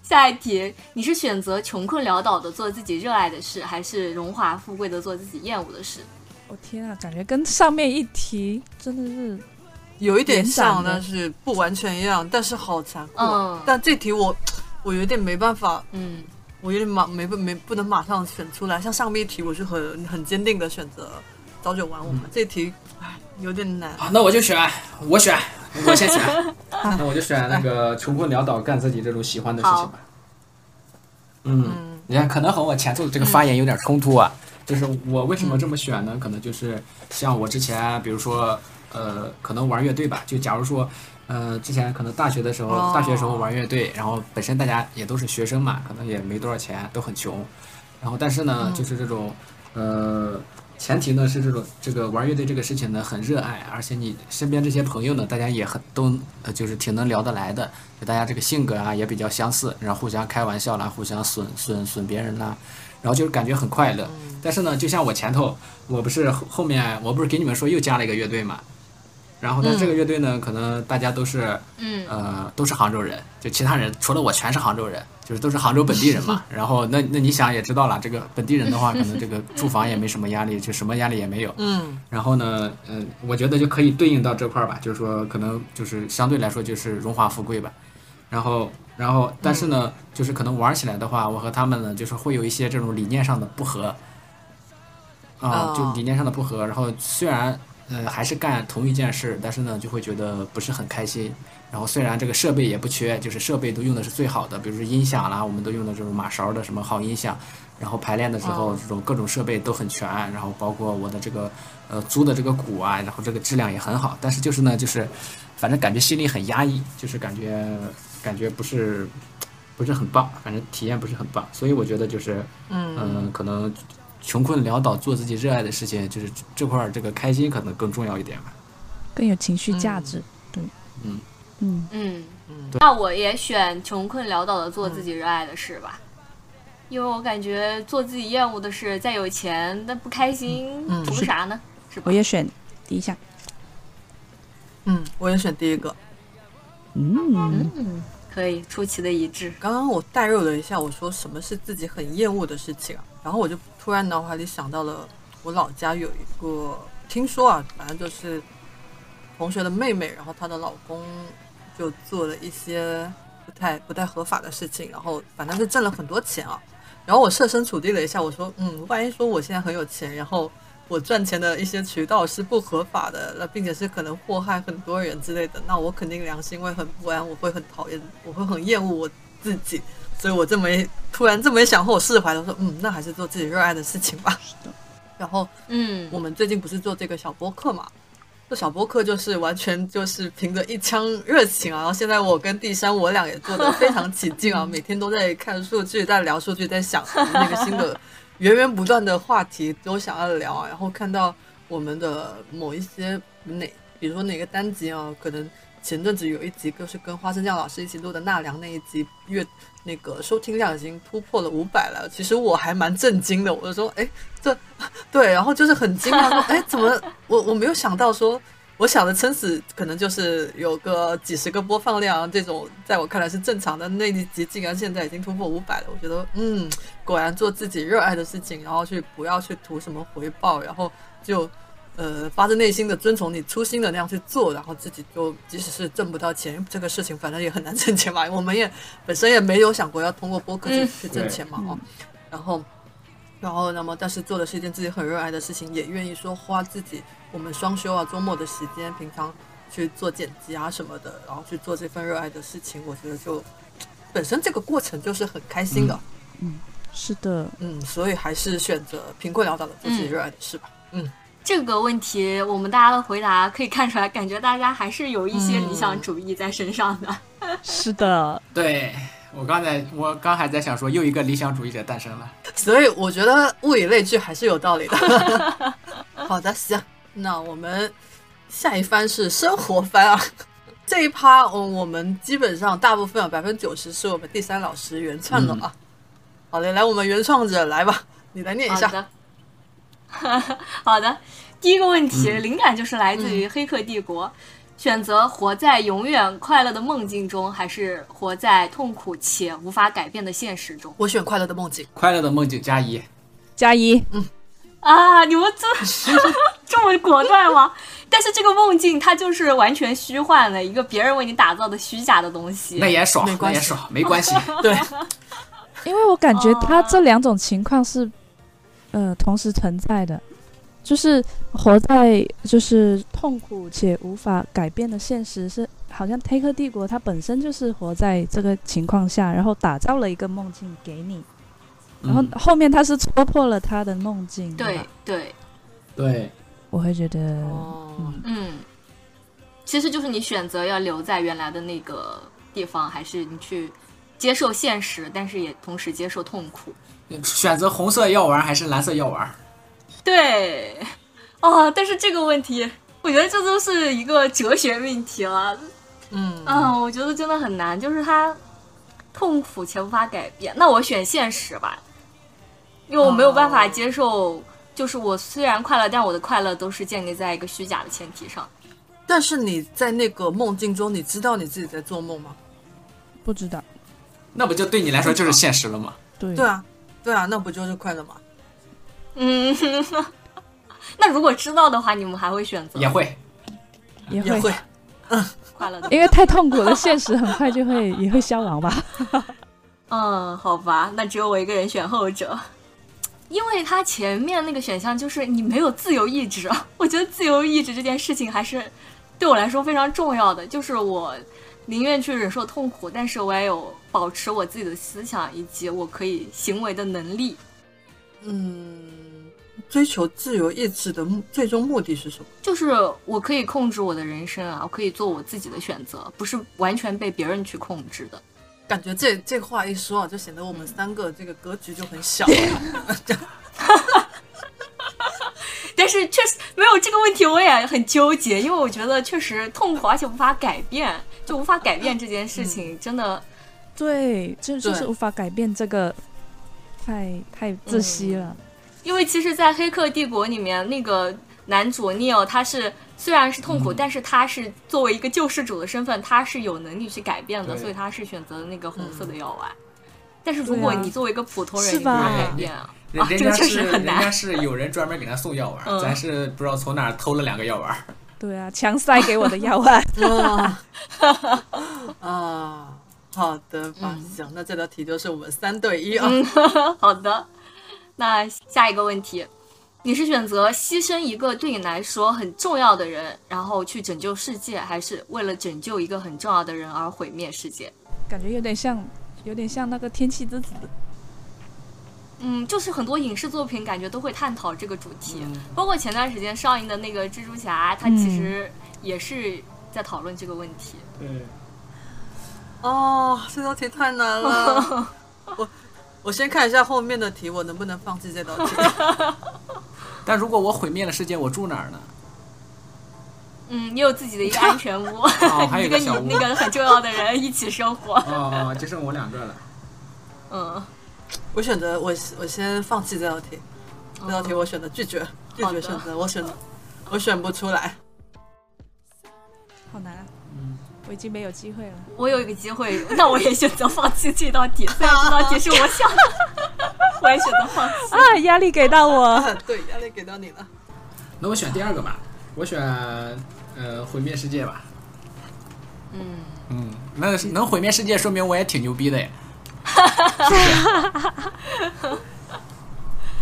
C: 下一题，你是选择穷困潦倒的做自己热爱的事，还是荣华富贵的做自己厌恶的事？
E: 我天啊，感觉跟上面一题真的是
B: 有一点像，
E: 延展的
B: 但是不完全一样，但是好残酷。
C: 嗯
B: 但这题我我有点没办法，
C: 嗯，
B: 我有点马没没不能马上选出来。像上面一题，我是很很坚定的选择朝九晚五嘛。这题唉有点难。
D: 好，那我就选，我选，我先选。 那我就选那个穷困潦倒干自己这种喜欢的事情吧。嗯，你看，可能和我前头的这个发言有点冲突啊。就是我为什么这么选呢？可能就是像我之前，比如说，呃，可能玩乐队吧。就假如说，呃，之前可能大学的时候，
B: 哦
D: 大学时候玩乐队，然后本身大家也都是学生嘛，可能也没多少钱，都很穷。然后但是呢，就是这种，呃，前提呢是这种这个玩乐队这个事情呢很热爱，而且你身边这些朋友呢，大家也很都呃就是挺能聊得来的，就大家这个性格啊也比较相似，然后互相开玩笑啦，互相损损损别人啦，然后就是感觉很快乐。但是呢，就像我前头，我不是后后面我不是给你们说又加了一个乐队嘛，然后但这个乐队呢，可能大家都是
C: 嗯
D: 呃，都是杭州人，就其他人除了我全是杭州人，就是都是杭州本地人嘛。然后那那你想也知道了，这个本地人的话，可能这个住房也没什么压力，就什么压力也没有。
B: 嗯，
D: 然后呢，嗯、我觉得就可以对应到这块儿吧，就是说可能就是相对来说就是荣华富贵吧。然后，然后但是呢，就是可能玩起来的话，我和他们呢，就是会有一些这种理念上的不合。
B: 哦
D: 啊、就理念上的不合，然后虽然呃还是干同一件事，但是呢就会觉得不是很开心。然后虽然这个设备也不缺，就是设备都用的是最好的，比如说音响啦，我们都用的这种马勺的什么好音响。然后排练的时
B: 哦
D: 候，这种各种设备都很全，然后包括我的这个呃租的这个鼓啊，然后这个质量也很好。但是就是呢，就是反正感觉心里很压抑，就是感觉感觉不是不是很棒，反正体验不是很棒。所以我觉得就是嗯、可能穷困潦倒做自己热爱的事情，就是这这块儿这个开心可能更重要一点吧。
E: 更有情绪价值。对，
D: 嗯
E: 嗯，
C: 嗯
D: 对，
C: 那我也选穷困潦倒的做自己热爱的事吧，因为我感觉做自己厌恶的事，再有钱那不开心，
B: 嗯
C: 图
E: 是
C: 啥呢？是吧
E: 我？也选第一项。
B: 嗯，我也选第一个。
E: 嗯，
C: 嗯，可以，出奇的一致。
B: 刚刚我代入了一下，我说什么是自己很厌恶的事情啊，然后我就突然脑海里想到了我老家有一个，听说啊，反正就是同学的妹妹，然后她的老公就做了一些不太不太合法的事情，然后反正是挣了很多钱啊。然后我设身处地了一下，我说，嗯，万一说我现在很有钱，然后我赚钱的一些渠道是不合法的，那并且是可能祸害很多人之类的，那我肯定良心会很不安，我会很讨厌，我会很厌恶我自己。所以我这么一突然这么一想后，我释怀了，我说，嗯，那还是做自己热爱的事情吧。然后
C: 嗯，
B: 我们最近不是做这个小播客嘛？做小播客就是完全就是凭着一腔热情啊！然后现在我跟地山我俩也做的非常起劲 啊，每天都在看数据，在聊数据，在想那个新的源源不断的话题都想要聊啊。然后看到我们的某一些哪，比如说哪个单集啊，可能前阵子有一集就是跟花生酱老师一起录的纳凉那一集，月那个收听量已经突破了五百了。其实我还蛮震惊的，我就说，哎，这 对，然后就是很惊讶说，哎，怎么我我没有想到说，我想的撑死可能就是有个几十个播放量啊这种，在我看来是正常的那一集，竟然现在已经突破五百了，我觉得嗯，果然做自己热爱的事情，然后去不要去图什么回报，然后就。呃，发自内心的遵从你初心的那样去做，然后自己就即使是挣不到钱，这个事情反正也很难挣钱嘛。我们也本身也没有想过要通过播客去、
C: 嗯
B: 去挣钱嘛，哦，然后然后，那么但是做的是一件自己很热爱的事情，也愿意说花自己我们双休啊、周末的时间，平常去做剪辑啊什么的，然后去做这份热爱的事情，我觉得就本身这个过程就是很开心的，
E: 是的，
B: 嗯，所以还是选择贫困潦倒的做自己热爱的事吧。
C: 这个问题，我们大家的回答可以看出来，感觉大家还是有一些理想主义在身上的。
E: 是的，
D: 对我刚才我刚还在想说，又一个理想主义者诞生了。
C: 嗯
B: 所以我觉得物以类聚还是有道理的。 好的，行，那我们下一番是生活番啊。 这一趴，嗯，我们基本上大部分啊，百分之九十是我们第三老师原创的啊。好嘞，来，我们原创者来吧，你来念一
C: 好
B: 下。
C: 的，好的。 第一个问题，灵感就是来自于《黑客帝国》选择活在永远快乐的梦境中，还是活在痛苦且无法改变的现实中？
B: 我选快乐的梦 境，
D: 快乐的梦境加一，
E: 加一，
C: 啊，你们这这么果断吗？但是这个梦境它就是完全虚幻的一个别人为你打造的虚假的东西。
D: 那也爽
B: 没，
D: 那
B: 关系
D: 也爽，没 关系。
B: 对，
E: 因为我感觉他这两种情况是，呃，同时存在的，就是活在就是痛苦且无法改变的现实是，好像《黑客帝国》它本身就是活在这个情况下，然后打造了一个梦境给你，然后
D: 嗯，
E: 后面他是戳破了他的梦境，
C: 对
E: 吧
C: 对，
D: 对，
E: 我会觉得，
B: 哦，
C: 嗯，其实就是你选择要留在原来的那个地方，还是你去接受现实，但是也同时接受痛苦。
D: 选择红色药丸还是蓝色药丸？
C: 对，哦，但是这个问题，我觉得这都是一个哲学命题了。
B: 嗯，
C: 嗯，我觉得真的很难，就是它痛苦且无法改变。那我选现实吧，因为我没有办法
B: 哦
C: 接受，就是我虽然快乐，但我的快乐都是建立在一个虚假的前提上。
B: 但是你在那个梦境中，你知道你自己在做梦吗？
E: 不知道，
D: 那不就对你来说就是现实了吗？
E: 对
B: 对啊，对啊，那不就是快乐吗？
C: 嗯，那如果知道的话，你们还会选择
D: 也会，
E: 也
B: 也
E: 会，
B: 会，
C: 快 乐的？
E: 因为太痛苦了，现实很快就会也会消亡吧。
C: 嗯，好吧，那只有我一个人选后者，因为它前面那个选项就是你没有自由意志，我觉得自由意志这件事情还是对我来说非常重要的，就是我宁愿去忍受痛苦，但是我也有保持我自己的思想以及我可以行为的能力。
B: 嗯，追求自由意志的目最终目的是什么？
C: 就是我可以控制我的人生啊，我可以做我自己的选择，不是完全被别人去控制的。
B: 感觉这这话一说啊，就显得我们三个这个格局就很小。
C: 但是确实没有这个问题，我也很纠结，因为我觉得确实痛苦，而且无法改变，就无法改变这件事情，真的，
E: 对，就就是
B: 对
E: 无法改变这个，太太窒息了。
C: 因为其实，在《黑客帝国》里面，那个男主 Neo 他是虽然是痛苦，但是他是作为一个救世主的身份，他是有能力去改变的，
D: 对
C: 所以他是选择了那个红色的药丸。但是如果
E: 对啊
C: 你作为一个普通人，
E: 是
C: 你无法
E: 吧
C: 改变啊，
D: 人人
C: 这个
D: 家
C: 确
D: 是
C: 实很
D: 人
C: 难
D: 家是有人专门给他送药丸，
C: 嗯
D: 咱是不知道从哪儿偷了两个药丸。
E: 对啊，强塞给我的药丸。
B: 啊啊，好的吧，
C: 嗯
B: 行，那这道题就是我们三对一啊。
C: 好的，那下一个问题，你是选择牺牲一个对你来说很重要的人，然后去拯救世界，还是为了拯救一个很重要的人而毁灭世界？
E: 感觉有点像，有点像那个天气之子。
C: 嗯，就是很多影视作品感觉都会探讨这个主题，
D: 嗯
C: 包括前段时间上映的那个蜘蛛侠，它其实
D: 嗯
C: 也是在讨论这个问题。
B: 哦，这道题太难 了。我我先看一下后面的题，我能不能放弃这道 题？
D: 但如果我毁灭了世界，我住哪儿呢？
C: 嗯，你有自己 的一个安全屋，
D: 哦还有
C: 你
D: 一个
C: 跟 你
D: 小屋
C: 那个很重要的人一起生活。
D: 哦哦，就剩我两个了。
C: 嗯，
B: 我选择我我先放弃这道题，这道题我选择拒绝，拒
C: 好
B: 绝
C: 的
B: 选择，我选我选不出来。
E: 好难啊！我已经没有机会了。
C: 我有一个机会， 那我也选择放弃这道 题。虽然这道题是我想 的，我也选择放弃。
E: 啊，压力给到我。
B: 啊， 对，压力给到你了。
D: 那我选第二个吧，我选呃毁灭世界吧。
C: 嗯，
D: 嗯，那能毁灭世界，说明我也挺牛逼的呀。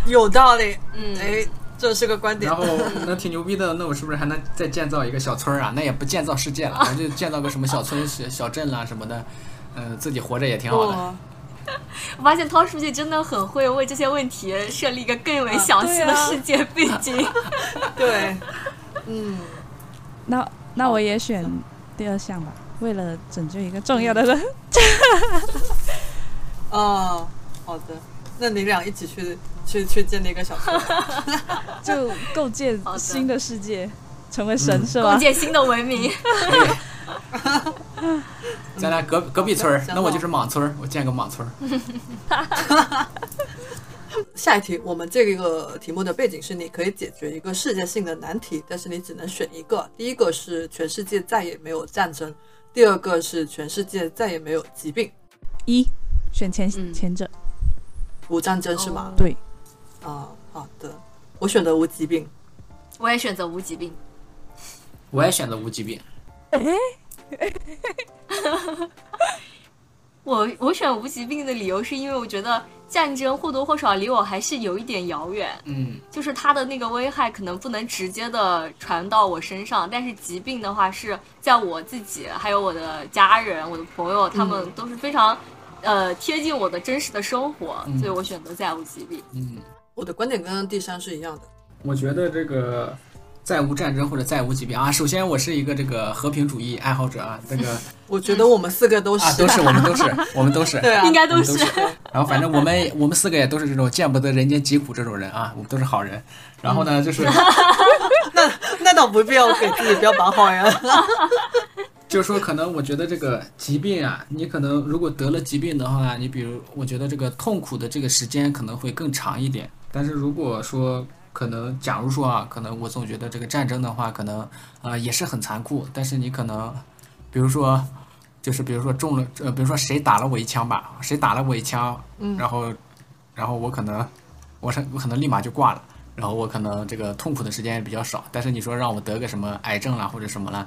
B: 有道理，
C: 嗯
B: 哎，这是个观点
D: 然。后那挺牛逼的，那我是不是还能再建造一个小村儿啊？那也不建造世界了，咱就建造个什么小村、小小镇啦、什么的，呃，自己活着也挺好的。
B: 哦
F: 不，
C: 我发现涛书记真的很会为这些问题设立一个更为详细的
F: 啊对啊
C: 世界背景。
B: 对，嗯，
E: 那那我也选第二项吧，为了拯救一个重要的人。
B: 哦，好的，那你俩一起去去去建立一个小 区，
E: 就构建
C: 好的
E: 新的世界，成为神、
D: 嗯
E: 是
C: 构
E: 吧？
C: 建新的文明。
D: 咱俩隔隔壁村儿，
B: 嗯行嗯
D: 那我就是莽村儿，我建个莽村儿。
B: 下一题，我们这个题目的背景是你可以解决一个世界性的难题，但是你只能选一个。第一个是全世界再也没有战争，第二个是全世界再也没有疾病，
E: 一选前、
C: 嗯
E: 前者，
B: 无战争是吗？
E: 对，
C: 哦
B: 啊、好的，我选择无疾病。
C: 我也选择无疾病。
D: 我也选择无疾病。
C: 我我选无疾病的理由是因为我觉得战争或多或少离我还是有一点遥远，
D: 嗯，
C: 就是它的那个危害可能不能直接的传到我身上，但是疾病的话是在我自己还有我的家人、我的朋友，他们都是非常。呃，贴近我的真实的生活，
D: 嗯
C: 所以我选择再无疾病。
B: 我的观点跟第三是一样的。
D: 我觉得这个再无战争或者再无疾病啊，首先我是一个这个和平主义爱好者啊，这个
B: 我觉得我们四个都是，
D: 啊都是我们都是我们都是。
B: 对啊，
C: 嗯应该
D: 我
C: 都
D: 们
C: 是
D: 都是， 然后反正我们我们四个也都是这种见不得人间疾苦这种人啊，我们都是好人。然后 呢，就是
B: 那倒不必要给自己标榜好人。
D: 就是说，可能我觉得这个疾病啊，你可能如果得了疾病的话，你比如我觉得这个痛苦的这个时间可能会更长一点。但是如果说可能，假如说啊，可能我总觉得这个战争的话，可能呃也是很残酷，但是你可能，比如说，就是比如说中了，呃，比如说谁打了我一枪吧，谁打了我一枪，然后，然后我可能，我是我可能立马就挂了。然后我可能这个痛苦的时间也比较少，但是你说让我得个什么癌症啦啊或者什么啦，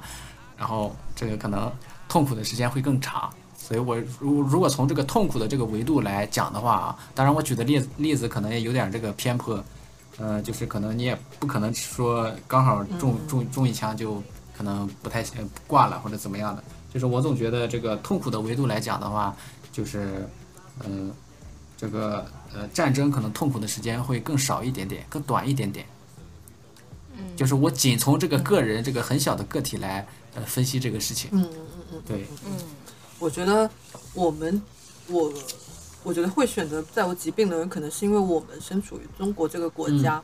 D: 然后这个可能痛苦的时间会更长。所以我如如果从这个痛苦的这个维度来讲的话啊，当然我举的例子例子可能也有点这个偏颇，呃，就是可能你也不可能说刚好中中中一枪就可能不太呃挂了或者怎么样的。就是我总觉得这个痛苦的维度来讲的话，就是嗯、呃，这个呃战争可能痛苦的时间会更少一点点，更短一点点。
C: 嗯，
D: 就是我仅从这个个人这个很小的个体来呃分析这个事情。
B: 嗯嗯嗯嗯，
D: 对，
B: 我觉得我们我我觉得会选择再无疾病的人，可能是因为我们身处于中国这个国
D: 嗯
B: 家，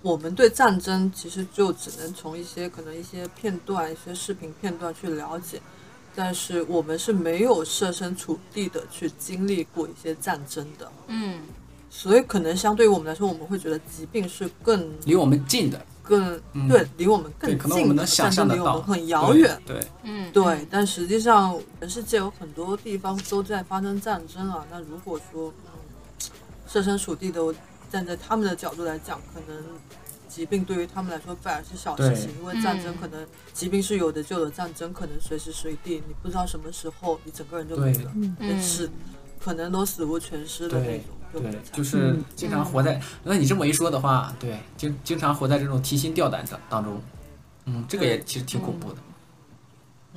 B: 我们对战争其实就只能从一些可能一些片段、一些视频片段去了解，但是我们是没有设身处地的去经历过一些战争的，
C: 嗯，
B: 所以可能相对于我们来说，我们会觉得疾病是更
D: 离我们近的，
B: 更、
D: 嗯
B: 对离我们
D: 对，
B: 更
D: 可能我
B: 近
D: 们
B: 的
D: 能想
B: 战争
D: 象得
B: 离我
D: 到，
B: 们很遥远。
D: 对。对，
C: 嗯，
B: 对，但实际上全世界有很多地方都在发生战争啊。那如果说、嗯、设身处地的站在他们的角度来讲，可能疾病对于他们来说反而是小事
D: 对
B: 情，因为战争
C: 嗯
B: 可能、疾病是有的就有，战争可能随时随地你不知道什么时候你整个人就没
D: 对
B: 了，
C: 嗯
B: 是可能都死无全尸的那
D: 对
B: 种。
D: 对，
B: 就
D: 就
B: 很惨
D: 是经常活
B: 嗯
D: 在。那你这么一说的话，对，经经常活在这种提心吊胆的当中，嗯，这个也其实挺恐怖的。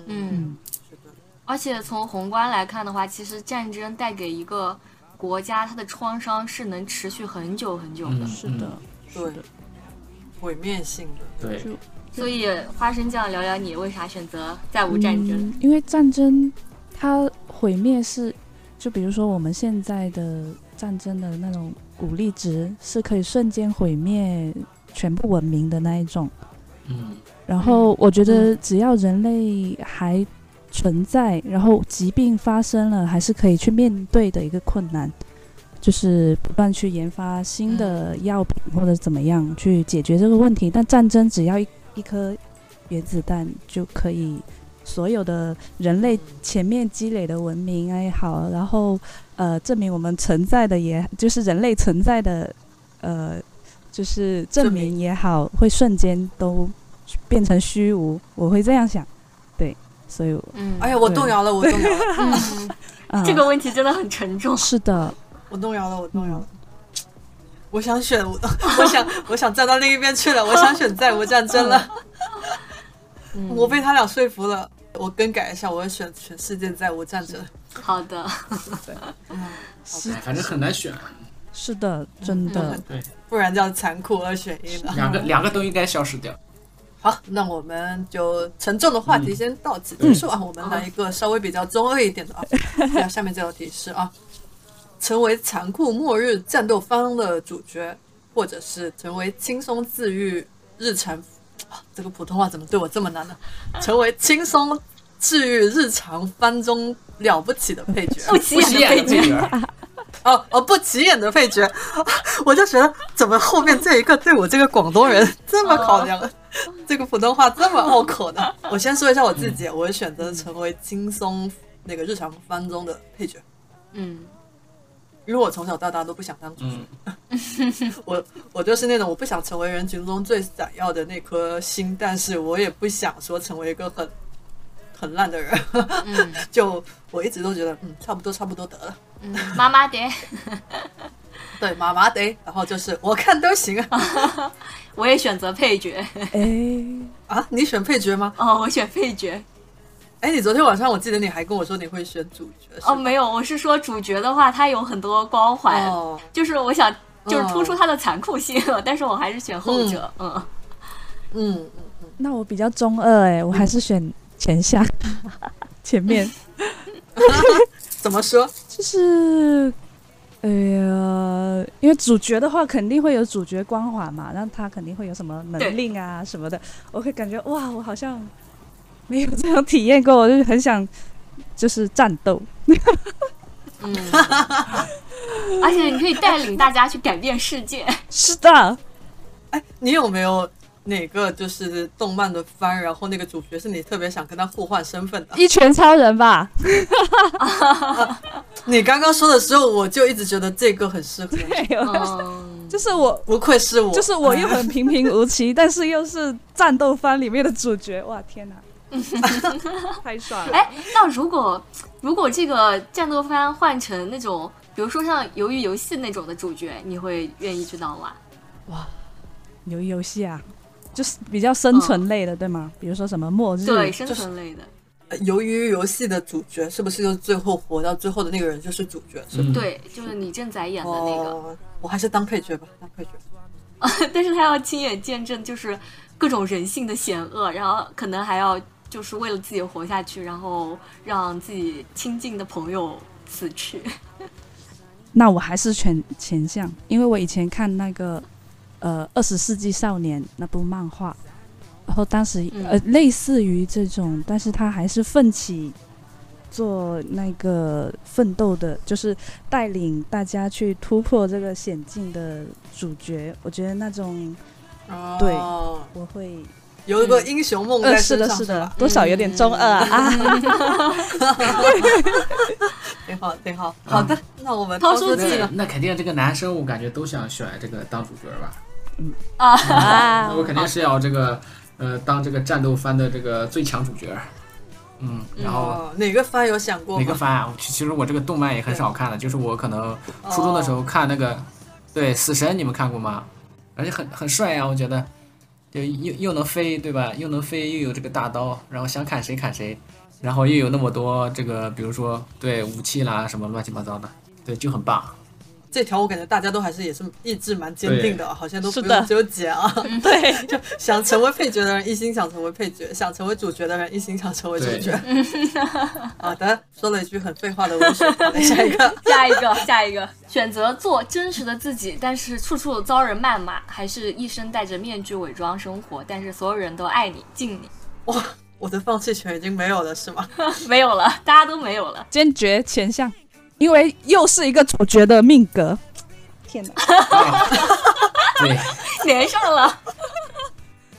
C: 嗯。
B: 是的
C: 而且从宏观来看的话，其实战争带给一个国家它的创伤是能持续很久很久的。
D: 嗯
E: 是的，
B: 对
E: 是的，
B: 毁灭性的。
D: 对
E: 就
C: 所以花生酱，聊聊你为啥选择再无战争？
E: 嗯因为战争它毁灭是，就比如说我们现在的战争的那种武力值是可以瞬间毁灭全部文明的那一种。
D: 嗯，
E: 然后我觉
C: 嗯
E: 得只要人类还存在，然后疾病发生了，还是可以去面对的一个困难，就是不断去研发新的药品或者怎么样去解决这个问题。但战争只要一一颗原子弹就可以，所有的人类前面积累的文明啊也好，然后呃证明我们存在的也，就是人类存在的呃就是证
B: 证明
E: 明也好，会瞬间都变成虚无。我会这样想，对，所以我
C: 嗯，
B: 哎呀，我动摇了，我动摇 了，
C: 嗯，
E: 嗯
C: 这个问题真的很沉重。
E: 是的，
B: 我动摇了，我动摇
C: 嗯
B: 了。我想选，我 我想我想站到另一边去了，我想选再无战争了。
C: 嗯
B: 我被他俩说服了，我更改一下，我要选全世界再无战争。
C: 好的，
E: 是
D: 哎反正很难 选，
E: 是的，真的，
B: 不然叫残酷二选一了。
D: 两个两个都应该消失掉。
B: 好，那我们就沉重的话题先到此结束啊。我们来一个稍微比较中二一点的啊。那下面这道题是啊，成为残酷末日战斗方的主角，或者是成为轻松自愈日常啊，这个普通话怎么对我这么难呢？成为轻松治愈日常番中了不起的配角。
C: 不起
D: 不起
C: 眼
D: 眼
C: 的配
D: 的配
C: 角，
D: 角，
B: 哦哦，不起眼的配角，我就觉得怎么后面这一个对我这个广东人这么考量， 这个普通话这么拗口呢？我先说一下我自己，我选择成为轻松那个日常番中的配角，
C: 嗯，
B: 因为我从小到大都不想当主角，
D: 嗯，
B: 我我就是那种我不想成为人群中最闪耀的那颗星，但是我也不想说成为一个很很烂的人，
C: 嗯
B: 就我一直都觉得嗯，差不多差不多得了。
C: 嗯，妈妈的，
B: 对，麻麻的，然后就是我看都行啊
C: 我也选择配角，
E: 哎，
B: 啊！你选配角吗？
C: 哦，我选配角，
B: 哎，你昨天晚上我记得你还跟我说你会选主角是吧
C: 哦，没有，我是说主角的话，他有很多光环，
B: 哦，
C: 就是我想就是
B: 哦
C: 突出他的残酷性，但是我还是选后者，嗯，
B: 嗯，
E: 那我比较中二哎，我还是选前下， 前面
B: 怎么说？
E: 就是，哎呀，因为主角的话肯定会有主角光环嘛，那他肯定会有什么
C: 对
E: 能力啊什么的，我会感觉哇，我好像没有这样体验过，我就很想就是战斗，
C: 嗯， 而且你可以带领大家去改变世界。
E: 是的，
B: 哎，你有没有哪个就是动漫的番，然后那个主角是你特别想跟他互换身份 的？
E: 一拳超人吧，
B: 你刚刚说的时候，我就一直觉得这个很适合你，
E: 对，我
C: 嗯，
E: 就是我。
B: 不愧是我，
E: 就是我又很平平无奇，但是又是战斗番里面的主角，哇天 哪，太爽 了！
C: 哎，那如果如果这个战斗番换成那种，比如说像《鱿鱼游戏》那种的主角，你会愿意去当吗？
E: 游游戏啊，就是比较生存类的，对吗？比如说什么末日，
C: 嗯对，生存类的，
B: 呃由于游戏的主角是不是就是最后活到最后的那个人就是主角？ 是吧
D: 嗯，
C: 对，就是李正宰
E: 嗯
C: 演的那个，
B: 哦，我还是当配角吧，当配角。
C: 但是他要亲眼见证就是各种人性的险恶，然后可能还要就是为了自己活下去，然后让自己亲近的朋友死去。
E: 那我还是全前向，因为我以前看那个呃《二十世纪少年》那部漫画，然后当时、
C: 嗯
E: 呃类似于这种，但是他还是奋起做那个奋斗的，就是带领大家去突破这个险境的主角。我觉得那种对
B: 哦，
E: 我会，
B: 有一个英雄梦
E: 呃
B: 在
E: 是
B: 身
E: 的
B: 上，
E: 是的
B: 吧，
E: 多少有点中二啊。啊
B: 挺好，挺好。好
E: 嗯
B: 的，那我们
C: 掏
B: 掏
C: 出
B: 出
C: 自己
B: 自
C: 的
D: 那那肯定这个男生，我感觉都想选这个当主角吧。
C: 啊，
E: 啊
D: 那我肯定是要这个呃当这个战斗番的这个最强主角。嗯，然后
B: 哦，哪个番有想过
D: 哪
B: 吗？
D: 个番啊？其其实我这个动漫也很少看的，就是我可能初中的时候看那个，对《死神》，你们看过吗？而且很很帅啊，我觉得，就又又能飞，对吧？又能飞，又有这个大刀，然后想砍谁砍谁，然后又有那么多这个，比如说对武器啦什么乱七八糟的，对，就很棒。
B: 这条我感觉大家都还是也是意志蛮坚定的，好像都不
E: 是的
B: 用纠结 啊。 对，就想成为配角的人一心想成为配角，想成为主角的人一心想成为主角。
E: 嗯
B: 好的，说了一句很废话的文学，来下一 个。
C: 下一个，下一个，选择做真实的自己，但是处处遭人谩骂，还是一生戴着面具伪装生活，但是所有人都爱你敬你，
B: 哇，我的放弃权已经没有了是吗？
C: 没有了，大家都没有了。
E: 坚决前向，因为又是一个主角的命格。天哪！
D: 对，
C: 连上了，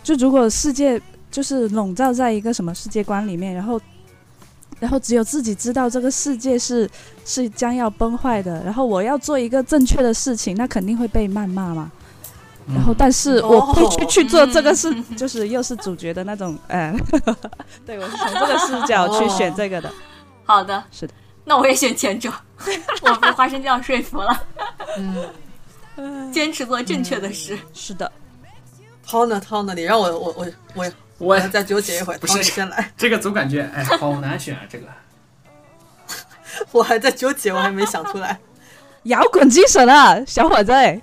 E: 就如果世界就是笼罩在一个什么世界观里面，然后，然后只有自己知道这个世界是是将要崩坏的，然后我要做一个正确的事情，那肯定会被谩骂嘛。然后，但是
B: 哦
E: 我不去去做这个
C: 嗯
E: 事， 就是又是主角的那种， 呃，对我是从这个视角
C: 哦
E: 去选这个的。
C: 好的，
E: 是的，
C: 那我也选前者，我被花生酱说服了，
B: 嗯，
C: 坚持做正确的事。
E: 是的，
B: 涛呢涛呢，你让我我我我
D: 我
B: 我要再纠结一会儿，
D: 不
B: 涛
D: 是
B: 你先来。
D: 这个总感觉哎，好难选啊，这个。
B: 我还在纠结，我还没想出来。
E: 摇滚精神啊，小伙子！
D: 啊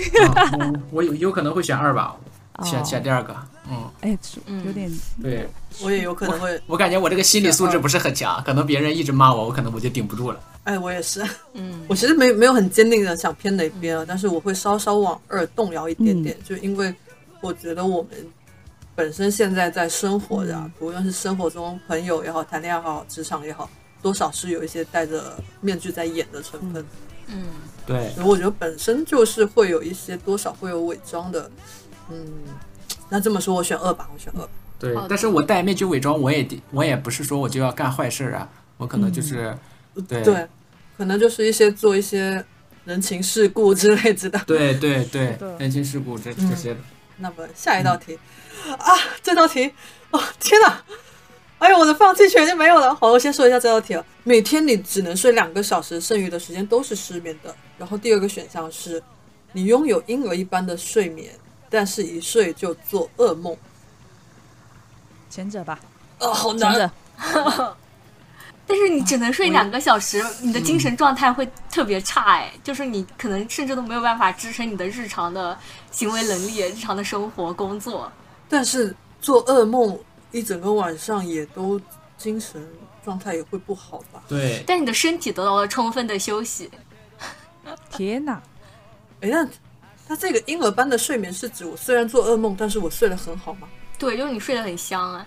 D: 我我有有可能会选二吧，
E: 哦
D: 选选第二个。嗯，
E: 哎，有
C: 嗯
E: 点
D: 对
B: 我也有可能会，
D: 我感觉我这个心理素质不是很强，可能别人一直骂我，我可能我就顶不住了。
B: 哎，我也是。
C: 嗯
B: 我其实没没有很坚定的想偏哪边啊，但是我会稍稍往二动摇一点点，就因为我觉得我们本身现在在生活着、啊，无论是生活中朋友也好，谈恋爱也好，职场也好，多少是有一些戴着面具在演的成分。
C: 嗯，
D: 对，
B: 然后我觉得本身就是会有一些多少会有伪装的，嗯，那这么说我选二吧，我选二。
D: 对
C: 好的
D: 但是我戴面具伪装，我也我也不是说我就要干坏事啊，我可能就是、对
B: 对，可能就是一些做一些人情世故之类之的。
D: 对对对
E: 的
D: 人情世故这
B: 嗯
D: 这些的。
B: 那么下一道题、啊，这道题，哦天哪！哎呦，我的放弃权就没有了。好，我先说一下这道题啊。每天你只能睡两个小时，剩余的时间都是失眠的。然后第二个选项是，你拥有婴儿一般的睡眠，但是一睡就做噩梦。
E: 前者吧，
B: 啊，好
E: 前
B: 难
E: 者
B: 啊！。
C: 但是你只能睡两个小时，你的精神状态会特别差哎，就是你可能甚至都没有办法支撑你的日常的行为能力、日常的生活、工作。
B: 但是做噩梦一整个晚上也都精神状态也会不好吧？
D: 对，
C: 但你的身体得到了充分的休息，
E: 天哪，
B: 哎，那那这个婴儿般的睡眠是指我虽然做噩梦，但是我睡得很好吗？
C: 对，就是你睡得很香啊，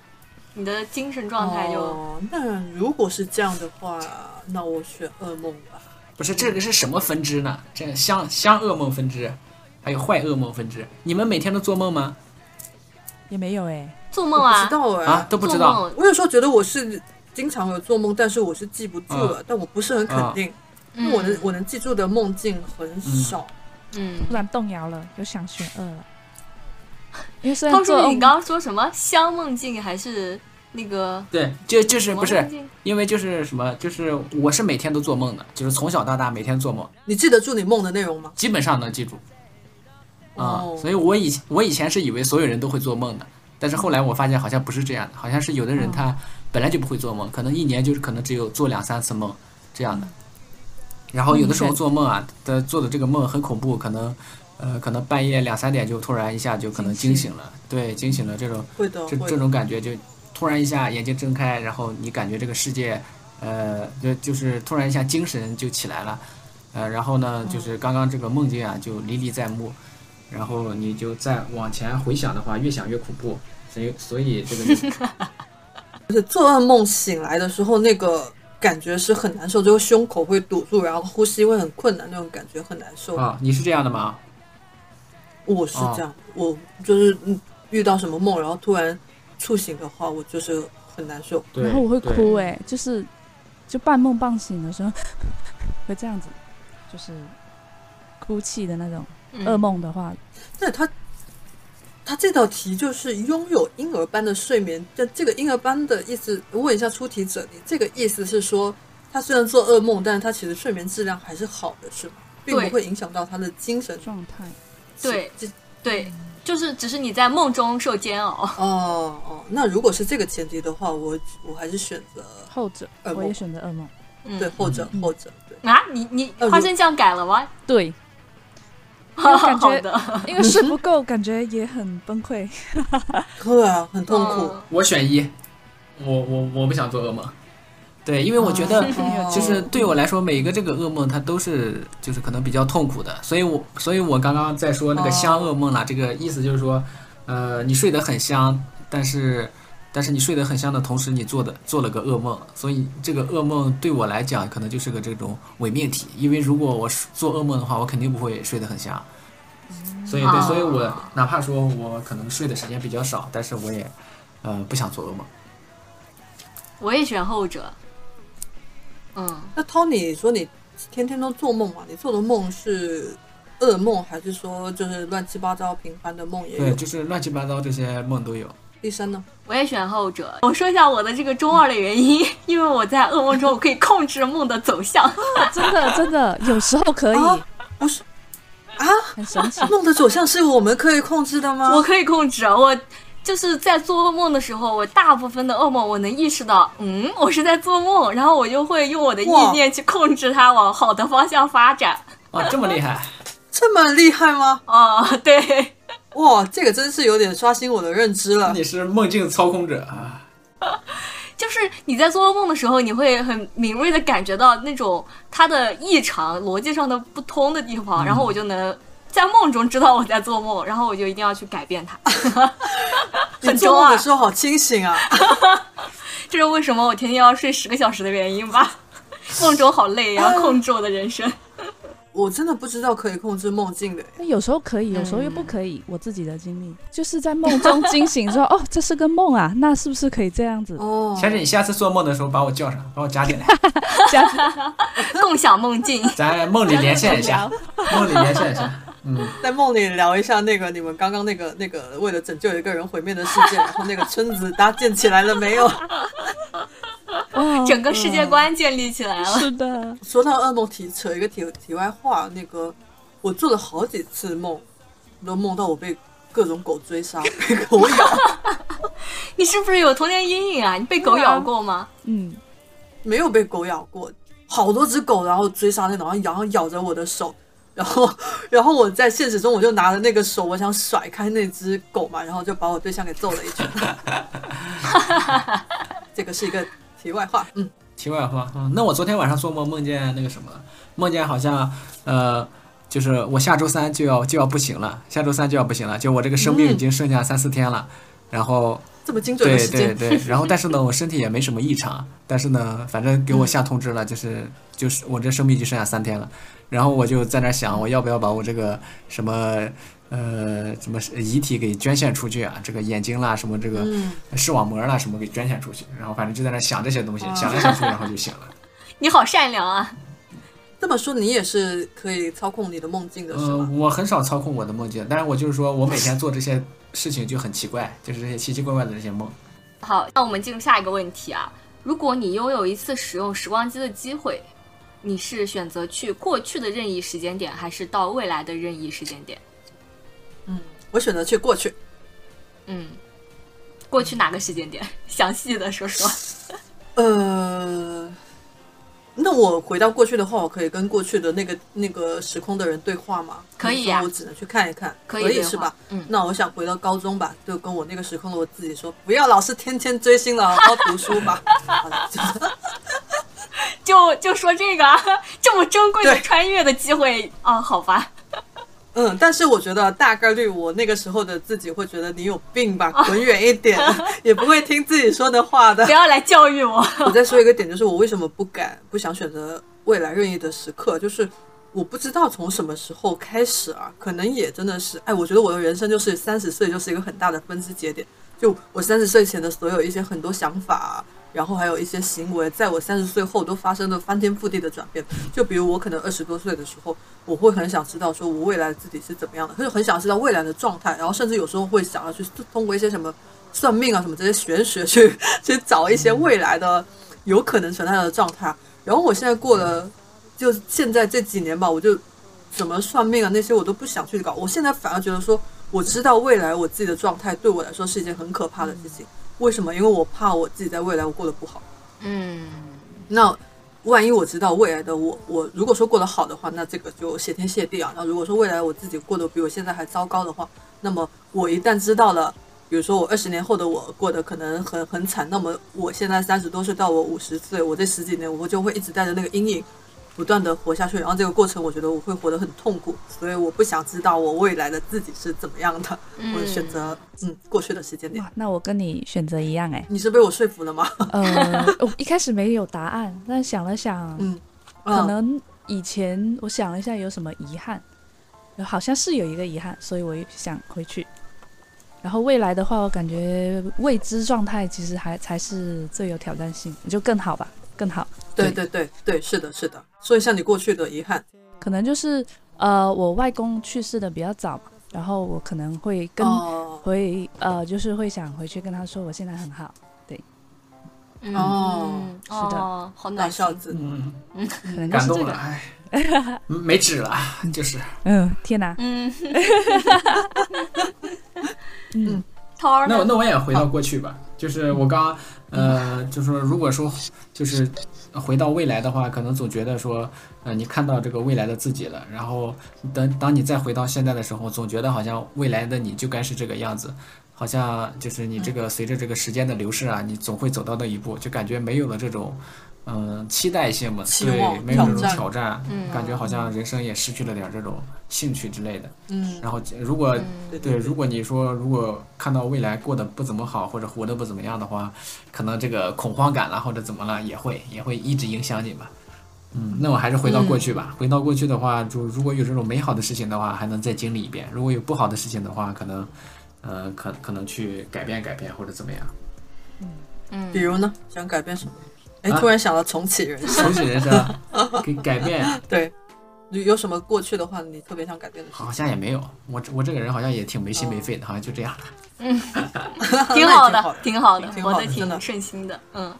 C: 你的精神状态就、
B: 哦，那如果是这样的话，那我选噩梦吧。
D: 不是这个是什么分支呢？这香香噩梦分支，还有坏噩梦分支。你们每天都做梦吗？
E: 也没有哎，
C: 做
B: 我
C: 梦
B: 不
C: 啊
B: 知，道哎、
D: 啊，都不知道。
C: 做梦，
B: 我有时候觉得我是经常有做梦，但是我是记不住
D: 啊
B: 了，但我不是很肯定，因
C: 嗯，
B: 为我能我能记住的梦境很少。
C: 嗯。
E: 突然动摇了，又想选二了。 因为虽然
C: 当
E: 做
C: 时
E: 噩
C: 你
E: 梦，
C: 刚刚说什么香梦境还是那个
D: 对，就就是
C: 什么
D: 不是
C: 梦，境
D: 因为就是什么，就是我是每天都做梦的，就是从小到大每天做梦，
B: 你记得住你梦的内容吗？
D: 基本上能记住啊、
B: 哦
D: 所以我以我以前是以为所有人都会做梦的，但是后来我发现好像不是这样的，好像是有的人他本来就不会做梦，可能一年就是可能只有做两三次梦这样的。然后有的时候做梦啊，他做的这个梦很恐怖，可能，呃，可能半夜两三点就突然一下就可能惊醒了，对，惊醒了这种
B: 会的，
D: 这
B: 会
D: 这
B: 的。
D: 种感觉就突然一下眼睛睁开，然后你感觉这个世界，呃，就就是突然一下精神就起来了，呃，然后呢，就是刚刚这个梦境啊就历历在目，然后你就再往前回想的话，越想越恐怖，所以所以这个就
B: 而且做噩梦醒来的时候，那个感觉是很难受，就是胸口会堵住，然后呼吸会很困难，那种感觉很难受。
D: 啊，你是这样的吗？
B: 我是这样，我就是嗯遇到什么梦，然后突然促醒的话，我就是很难受。
D: 对，
E: 然后我会
D: 对
E: 哭哎，就是就半梦半醒的时候 会这样子，就是哭泣的那种。
C: 嗯
E: 噩梦的话，
B: 那他他这道题就是拥有婴儿般的睡眠，这这个婴儿般的意思，我问一下出题者，你这个意思是说，他虽然做噩梦，但是他其实睡眠质量还是好的，是吗？并
C: 对
B: 不会影响到他的精神。
E: 状态，
C: 对
B: 这，
C: 对，就是只是你在梦中受煎熬。
B: 哦哦，那如果是这个前提的话，我我还是选择
E: 后者
B: 噩梦
E: 我也选择噩梦。
C: 嗯
B: 对，或者
E: 嗯
B: 或者对。
C: 啊，你你
D: 哦
B: 呃
C: 花生酱改了吗？
E: 对， 我感觉
C: 好的，
E: 因为睡不够，感觉也很崩溃。
B: 对啊，很痛苦。
C: 嗯
D: 我选一，我我我不想做噩梦，对，因为我觉得、
B: 哦
D: 就是对我来说，每一个这个噩梦，它都是就是可能比较痛苦的，所以我所以我刚刚在说那个香噩梦啦，这个意思就是说，呃，你睡得很香，但是但是你睡得很香的同时，你做的做了个噩梦，所以这个噩梦对我来讲，可能就是个这种伪命题，因为如果我是做噩梦的话，我肯定不会睡得很香，所以对，
C: 哦
D: 所以我哪怕说我可能睡的时间比较少，但是我也呃不想做噩梦。
C: 我也选后者。嗯，
B: 那涛，你说你天天都做梦嘛？你做的梦是噩梦，还是说就是乱七八糟平凡的梦也
D: 对，
B: 有？
D: 就是乱七八糟这些梦都有。
B: 第三呢？
C: 我也选后者。我说一下我的这个中二的原因，因为我在噩梦中我可以控制梦的走 向。
E: 真的真的，有时候可以，
B: 啊不是啊，
E: 很神奇。
B: 梦的走向是我们可以控制的吗？
C: 我可以控制，我就是在做噩梦的时候，我大部分的噩梦我能意识到，嗯，我是在做梦，然后我就会用我的意
B: 哇
C: 念去控制它往好的方向发展。
D: 啊，这么厉害，
B: 这么厉害吗？
C: 哦，对，
B: 哇，这个真是有点刷新我的认知了。
D: 你是梦境操控者啊！
C: 就是你在做噩梦的时候，你会很敏锐的感觉到那种它的异常、逻辑上的不通的地方，然后我就能在梦中知道我在做梦，然后我就一定要去改变它。
B: 你
C: 很
B: 做
C: 中
B: 梦
C: 二
B: 的，时候好清醒啊！
C: 这是为什么我天天要睡十个小时的原因吧？ 梦中好累，然后控制我的人生。
B: 我真的不知道可以控制梦境的。
E: 那有时候可以，有时候又不可以。我自己的经历就是在梦中惊醒之后，哦，这是个梦啊，那是不是可以这样子？
B: 哦，
D: 小沈，你下次做梦的时候把我叫上，把我加进来，
E: 加
C: 共享梦境。
D: 咱梦里连线一下
E: 加，
D: 梦里连线一下。嗯，
B: 在梦里聊一下那个你们刚刚那个那个为了拯救一个人毁灭的世界，然后那个村子搭建起来了没 有？
E: 哇，
C: 整个世界观建立起来了。
E: 是的，
B: 说到噩梦题，扯一个题题外话，那个我做了好几次梦，都梦到我被各种狗追杀，被狗咬，
C: 你是不是有童年阴影啊？你被狗咬过吗？
E: 嗯，
B: 没有被狗咬过，好多只狗然后追杀那种，然后然后咬着我的手。然后， 然后我在现实中我就拿着那个手，我想甩开那只狗嘛，然后就把我对象给揍了一 拳。这个是一个题外话，嗯，
D: 题外话，嗯，那我昨天晚上做梦梦见那个什么，梦见好像呃，就是我下周三就要就要不行了，下周三就要不行了，就我这个生病已经剩下三四天了，然后
B: 这么精准的
D: 对
B: 时
D: 对
B: 间，
D: 对，然后但是呢，我身体也没什么异常，但是呢，反正给我下通知了，就是就是我这生命就剩下三天了，然后我就在那想，我要不要把我这个什么呃什么遗体给捐献出去啊？这个眼睛啦，什么这个
B: 嗯，
D: 视网膜啦，什么给捐献出去？然后反正就在那想这些东西，
E: 哦
D: 想来想去，然后就 醒了。
C: 你好善良啊！
B: 这么说你也是可以操控你的梦境的是
D: 呃，
B: 吗？
D: 我很少操控我的梦境，但是我就是说我每天做这些事情就很奇怪，就是这些奇奇怪怪的这些梦。
C: 好，那我们进入下一个问题啊。如果你拥有一次使用时光机的机会，你是选择去过去的任意时间点，还是到未来的任意时间点？
B: 我选择去过去，
C: 嗯，过去哪个时间点？详细的说说。
B: 呃，那我回到过去的话，我可以跟过去的那个那个时空的人对话吗？
C: 可以
B: 比如说
C: 呀
B: 我只能去看一看，可
C: 可以对话
B: 是吧？
C: 嗯
B: 那我想回到高中吧，就跟我那个时空的我自己说，不要老是天天追星了，好好读书吧。 好了就
C: 就就说这个啊，这么珍贵的
B: 对
C: 穿越的机会啊，好吧，
B: 嗯，但是我觉得大概率我那个时候的自己会觉得你有病 吧，滚远一点，也不会听自己说的话的
C: 不。要来教育 我。
B: 我再说一个点，就是我为什么不敢不想选择未来任意的时刻，就是我不知道从什么时候开始啊，可能也真的是，哎，我觉得我的人生就是三十岁就是一个很大的分支节点，就我三十岁前的所有一些很多想法、啊。然后还有一些行为，在我三十岁后都发生了翻天覆地的转变。就比如我可能二十多岁的时候，我会很想知道说我未来自己是怎么样的，就是很想知道未来的状态，然后甚至有时候会想要去通过一些什么算命啊什么这些玄学去 去找一些未来的有可能存在的状态。然后我现在过了，就现在这几年吧，我就怎么算命啊那些我都不想去搞。我现在反而觉得说，我知道未来我自己的状态对我来说是一件很可怕的事情。为什么？因为我怕我自己在未来我过得不好。
C: 嗯，
B: 那万一我知道未来的我，我如果说过得好的话，那这个就谢天谢地啊。那如果说未来我自己过得比我现在还糟糕的话，那么我一旦知道了，比如说我二十年后的我过得可能很很惨，那么我现在三十多岁到我五十岁，我这十几年我就会一直带着那个阴影。不断的活下去，然后这个过程我觉得我会活得很痛苦，所以我不想知道我未来的自己是怎么样的。
C: 嗯
B: 我选择嗯过去的时间点，
E: 哇，，那我跟你选择一样哎
B: 你是被我说服了吗？
E: 呃，我一开始没有答案，但想了想，
B: 嗯，
E: 可
B: 嗯
E: 能以前我想了一下有什么遗憾，然后好像是有一个遗憾，所以我又想回去。然后未来的话，我感觉未知状态其实还才是最有挑战性，就更好吧，更好。
B: 对对对对，是的，是的。所以像你过去的遗憾，
E: 可能就是呃，我外公去世的比较早嘛，然后我可能会跟、
B: 哦
E: 会呃，就是会想回去跟他说我现在很好，
C: 嗯
B: 哦
C: 嗯
E: 是的
C: 哦，好
B: 大
C: 暖心
B: 孝子，
D: 嗯，
E: 可能就
D: 感
E: 是这
D: 动
E: 个。
D: 了，哎，嗯没纸了，就是
E: 嗯嗯，天哪，
C: 嗯，
E: 嗯，
C: 桃儿
D: 那我
C: 呢？
D: 那我也回到过去吧，就是我刚
B: 嗯
D: 呃，就是说如果说就是回到未来的话，可能总觉得说，呃，你看到这个未来的自己了，然后等当你再回到现在的时候，总觉得好像未来的你就该是这个样子，好像就是你这
B: 嗯
D: 个随着这个时间的流逝啊，你总会走到那一步，就感觉没有了这种。嗯，期待性嘛，
B: 期
D: 对
B: 望，
D: 没有这
B: 挑
D: 种
B: 战
D: 挑战，
C: 嗯
D: 感觉好像人生也失去了点儿这种兴趣之类的。
B: 嗯，
D: 然后如果
B: 对
D: 对，如果你说如果看到未来过得不怎么好，或者活得不怎么样的话，可能这个恐慌感啦啊或者怎么了也会也会一直影响你吧。嗯，那我还是回到过去
C: 嗯
D: 吧。回到过去的话，就如果有这种美好的事情的话，还能再经历一遍；如果有不好的事情的话，可能，呃，可可能去改变改变或者怎么样。
C: 嗯
B: 比如呢，想改变什么？哎，
D: 啊
B: 突然想到重启人生，
D: 重 启人生，给改变
B: 对，有有什么过去的话，你特别想改变的事？
D: 好像也没有。我这我这个人好像也挺没心没肺
C: 哦
D: 的，好像就这样。
C: 挺好的，
B: 挺
C: 挺好的，
B: 挺好的
C: 活得
B: 真
C: 挺
B: 的
C: 顺心的，嗯。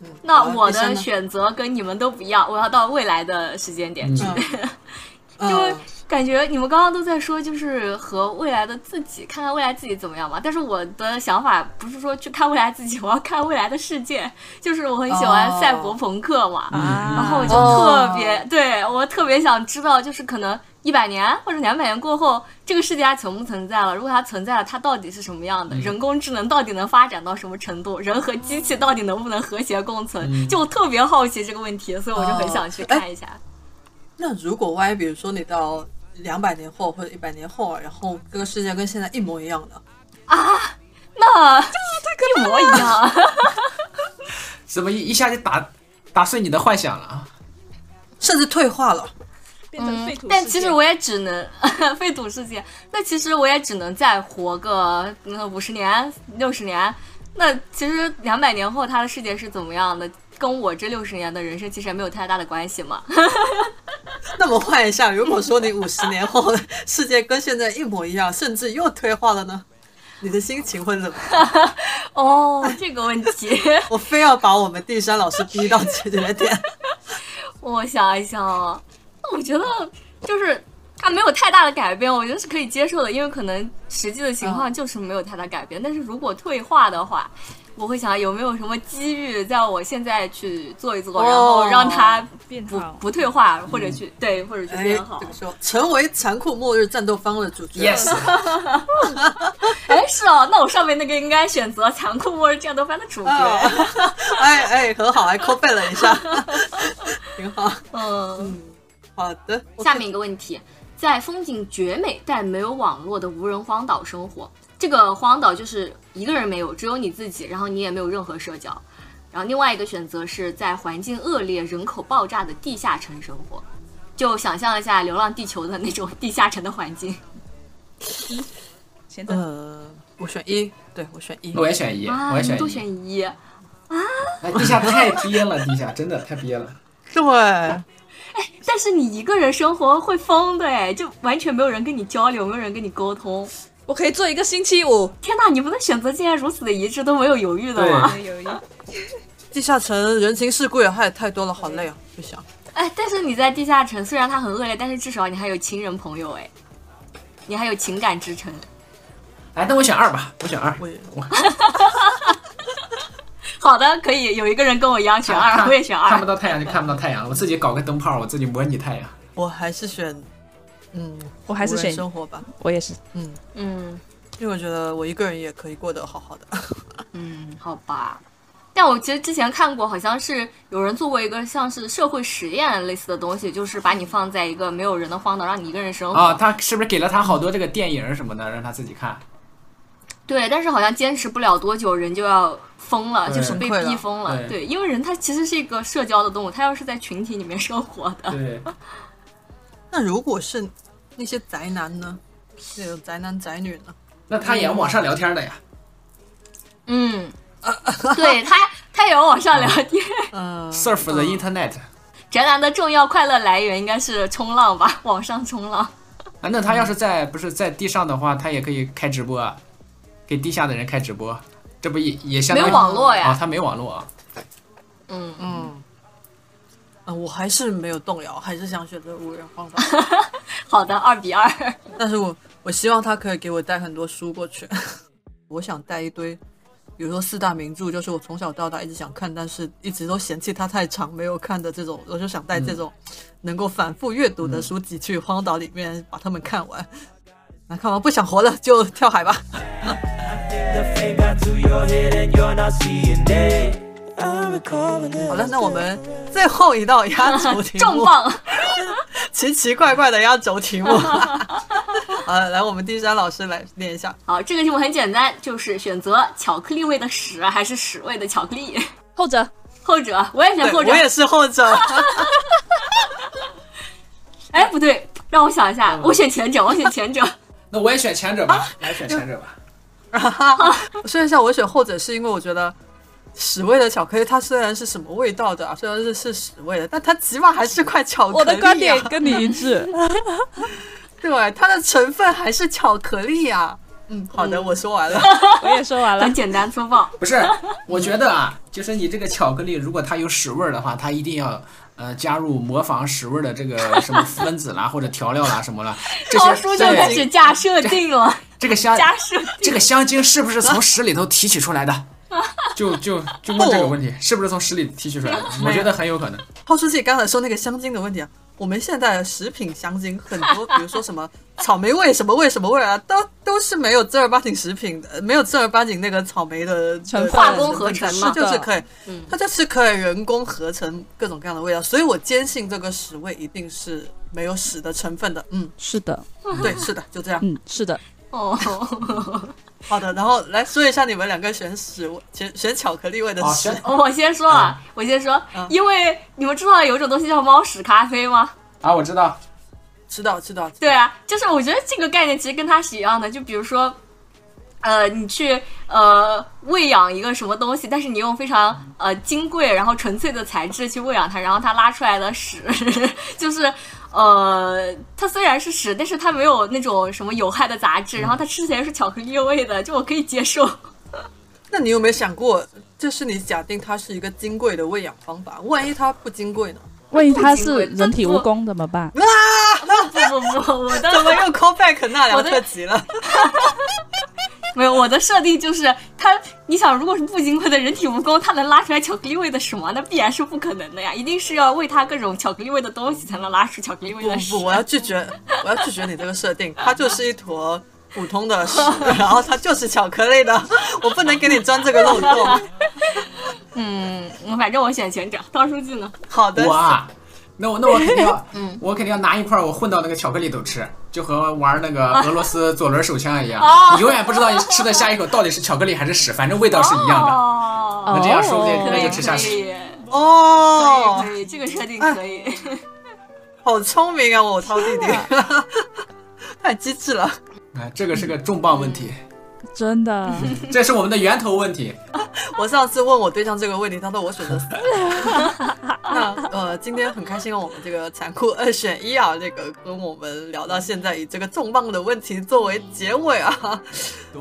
B: 嗯
C: 那
B: 好
C: 我
B: 第三
C: 的
B: 呢
C: 选择跟你们都不一样，我要到未来的时间点去。
D: 嗯
B: 嗯
C: 因为感觉你们刚刚都在说，就是和未来的自己，看看未来自己怎么样嘛。但是我的想法不是说去看未来自己，我要看未来的世界。就是我很喜欢
B: 哦
C: 赛博朋克嘛，
E: 啊
C: 然后我就
B: 哦
C: 特别、对我特别想知道，就是可能一百年或者两百年过后，这个世界它存不存在了？如果它存在了，它到底是什么样的？人工智能到底能发展到什么程度？人和机器到底能不能和谐共存？
D: 嗯
C: 就我特别好奇这个问题，所以我就很想去
B: 哦哎
C: 看一下。
B: 那如果万一比如说你到两百年后或者一百年后，然后这个世界跟现在一模一样的，
C: 那一模一样。
D: 怎么一一下就打打碎你的幻想了啊？
B: 甚至退化了，
E: 变成废土世界、
C: 但其实我也只能 废土世界，那其实我也只能再活个那五十年、六十年。那其实两百年后他的世界是怎么样的，跟我这六十年的人生其实也没有太大的关系嘛。
B: 那么换一下，如果说你五十年后的世界跟现在一模一样，甚至又退化了呢？你的心情会怎么样？
C: 哦，这个问题，
B: 我非要把我们地山老师逼到解决点。
C: 我想一想啊，那我觉得就是。它没有太大的改变，我觉得是可以接受的，因为可能实际的情况就是没有太大改变。但是如果退化的话，我会想有没有什么机遇，在我现在去做一做，然后让它
E: 变
C: 不
E: 好，
C: 不退化，或者去、对，或者 去
B: 哎，
C: 变好
B: 这。个时候成为残酷末日战斗方的主角。
C: 嗯哎，是哦，那我上面那个应该选择残酷末日战斗番的主角。
B: 啊 哎哎，很好，还 copy 了一下， 挺好。
C: 嗯，
B: 好的，
C: 下面一个问题，在风景绝美但没有网络的无人荒岛生活，这个荒岛就是一个人没有，只有你自己，然后你也没有任何社交。然后另外一个选择是在环境恶劣、人口爆炸的地下城生活，就想象一下《流浪地球》的那种地下城的环境
E: 现在、
B: 呃，我选一，对我选一。
D: 我也选一，
C: 啊！
D: 我也选
C: 你都
D: 一。
C: 选一，
D: 哎，地下太憋了，地下真的太 憋了。
B: 对，
C: 但是你一个人生活会疯的哎，就完全没有人跟你交流，没有人跟你沟通。
F: 我可以做一个星期五，
C: 天呐，你们的选择竟然如此的一致，都没有犹豫的吗？
D: 对，
E: 有一
B: 地下城人情世故也害太多了，好累啊，不想。
C: 哎，但是你在地下城，虽然它很恶劣，但是至少你还有亲人朋友哎，你还有情感支撑。
D: 哎，那我选二吧，我选二。
B: 我也
D: 我
C: 好的，可以有一个人跟我一样选二，
D: 看
C: 我也选
D: 看不
C: 二。
D: 到太阳就看不到太阳了，我自己搞个灯泡，我自己模拟太阳。
B: 我还是选，嗯，
E: 我还是
B: 无人
E: 选一
B: 生活吧，
E: 我也是，
C: 嗯
B: 因为我觉得我一个人也可以过得好好的。
C: 嗯，好吧。但我其实之前看过，好像是有人做过一个像是社会实验类似的东西，就是把你放在一个没有人的荒岛，让你一个人生活。
D: 啊，他是不是给了他好多这个电影什么的，让他自己
C: 啊
D: 看？
C: 对，但是好像坚持不了多久，人就要疯了，
D: 对
C: 就是被
B: 崩溃了
C: 逼疯了。
D: 对
C: 对，因为人他其实是一个社交的动物，他要是在群体里面生活的，
D: 对，
B: 那如果是那些宅男呢？那种宅男宅女呢？
D: 那他也网上聊天的呀。
C: 嗯，对他，他也有网上聊天。
B: 嗯，
D: Surf the internet
C: 宅男的重要快乐来源应该是冲浪吧，网上冲浪。
D: 啊，那他要是在不是在地上的话，他也可以开直播，啊，给地下的人开直播，这不也也相
C: 没
D: 当
C: 有
D: 于
C: 网络
D: 啊？
C: 呀，
D: 他没网络啊。
C: 嗯，
B: 嗯。嗯，我还是没有动摇，还是想选择无人荒岛。
C: 好的，二比二。
B: 但是我我希望他可以给我带很多书过去。 我想带一堆，比如说四大名著，就是我从小到大一直想看，但是一直都嫌弃它太长没有看的这种，我就想带
C: 嗯
B: 这种能够反复阅读的书籍去荒岛里面把它们看完。那看完不想活了就跳海吧。
A: The fame got to your head and you're not seeing it. I'm recalling
B: 好
A: it.
B: 了，那我们最后一道压轴题目，
C: 重磅！
B: 奇奇怪怪的压轴题目。 呃，来，我们丁山老师来念一下。
C: 好，这个题目很简单，就是选择巧克力味的屎还是屎味的巧克力。
F: 后者
C: 后者，我也选
B: 对，
C: 后者
B: 我。也是后 者。
C: 哎，不对，让我想一
B: 嗯
C: 下，我选前者，我选前者。
D: 那我也选前者
C: 啊
D: 吧，来选前者吧。
B: 我说一下，我选后者是因为我觉得屎味的巧克力，它虽然是什么味道的啊，虽然是是屎味的，但它起码还是块巧克力、啊。
E: 我的观点，跟你一 致。
B: 对，它的成分还是巧克力啊。嗯，好的，我说完了。
E: 我也说完了
C: 很，简单粗暴。
D: 不是， 我觉得啊，就是你这个巧克力，如果它有屎味儿的话，它一定要呃加入模仿屎味儿的 这个什么分子啦，或者调料啦什么啦。这
C: 超
D: 些
C: 叔就
D: 对
C: 开始架设定了，
D: 这个香
C: 加设
D: 这个香精是不是从屎里头提取出来的？就就就问这个 问题，是不是从屎里提取出来的？我觉得很有可能。
B: 抛出去刚才说那个香精的问题啊，我们现在的食品香精很多，比如说 什么草莓味、什么味、什么味啊，都都是没有正儿八经食品的，没有正儿八经那个草莓的
E: 成
B: 呃
E: 分化
C: 工合成嘛嗯
B: 它就是可以，它就是可以人工合成各种各样的味道，所以我坚信这个屎味一定是没有屎的成分的。 嗯，
E: 是的，
B: 对，是的，就这样。
E: 嗯，是的，
C: 哦，
B: 好的，然后来说一下你们两个选屎味，选选巧克力味的
D: 哦，
B: 屎
D: 选。
C: 我先说啊，
D: 嗯
C: 我先说，因为你们知道有一种东西叫猫屎咖啡吗？
D: 啊，我知道，
B: 知道知道，
C: 对啊，就是我觉得这个概念其实跟它是一样的，就比如说，呃，你去呃喂养一个什么东西，但是你用非常呃金贵然后纯粹的材质去喂养它，然后它拉出来的屎 就是。呃，它虽然是屎，但是它没有那种什么有害的杂质，然后它吃起来是巧克力味的，就我可以接受。
B: 那你有没有想过，这是你假定它是一个金贵的喂养方法，万一它不金贵呢？
E: 万一它是人体蜈蚣怎么办？
C: 不不不，我 的
B: 怎么又 call back 那
C: 我
B: 两
C: 的
B: 特辑了？
C: 没有，我的设定就是它，你想，如果是不金贵的人体蜈蚣，它能拉出来巧克力味的屎吗？那必然是不可能的呀，一定是要喂它各种巧克力味的东西才能拉出巧克力味
B: 不
C: 的屎。
B: 不，我要拒绝，我要拒绝你这个设定，它就是一坨。普通的 屎，然后它就是巧克力的，我不能给你钻这个漏洞。
C: 嗯， 反正我选前者。当书记呢？
B: 好的
D: 我，啊， 那我那我肯定 要，
C: 嗯
D: 我肯定要拿一块儿我混到那个巧克力都吃，就和玩那
C: 啊
D: 个俄罗斯左轮手枪一样，你永远不知道你吃的下一口到底是巧克力还是屎，反正味道是一样的。
C: 哦，
D: 那这样说不定
C: 可
D: 那
C: 以
D: 就吃
C: 可
D: 下屎。
C: 以，
B: 哦
C: 可，以，这个设定可以。
B: 好聪明啊，我涛弟弟， 太机智了。
D: 哎，这个是个重磅问题，
E: 真的，
D: 这是我们的源头问题。
B: 我上次问我对象这个问题，他说我选择死。 那呃，今天很开心，我们这个残酷二选一啊，这个跟我们聊到现在，以这个重磅的问题作为结尾啊，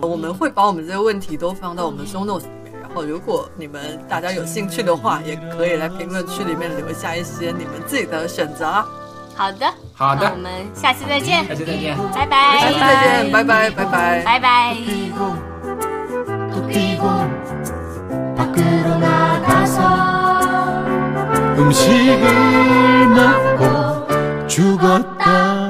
B: 我们会把我们这些问题都放到我们 show notes 里面。然后，如果你们大家有兴趣的话，也可以来评论区里面留下一些你们自己的选择啊。
C: 好的，
D: 好
C: 那
D: 的
C: 我，们下期再见，
D: 下期再见。
C: 拜拜，
B: 下期再见，拜拜，拜拜。
C: 拜拜。
G: 뛰고 밖으로 나가서
H: 음식을 먹고 죽었다.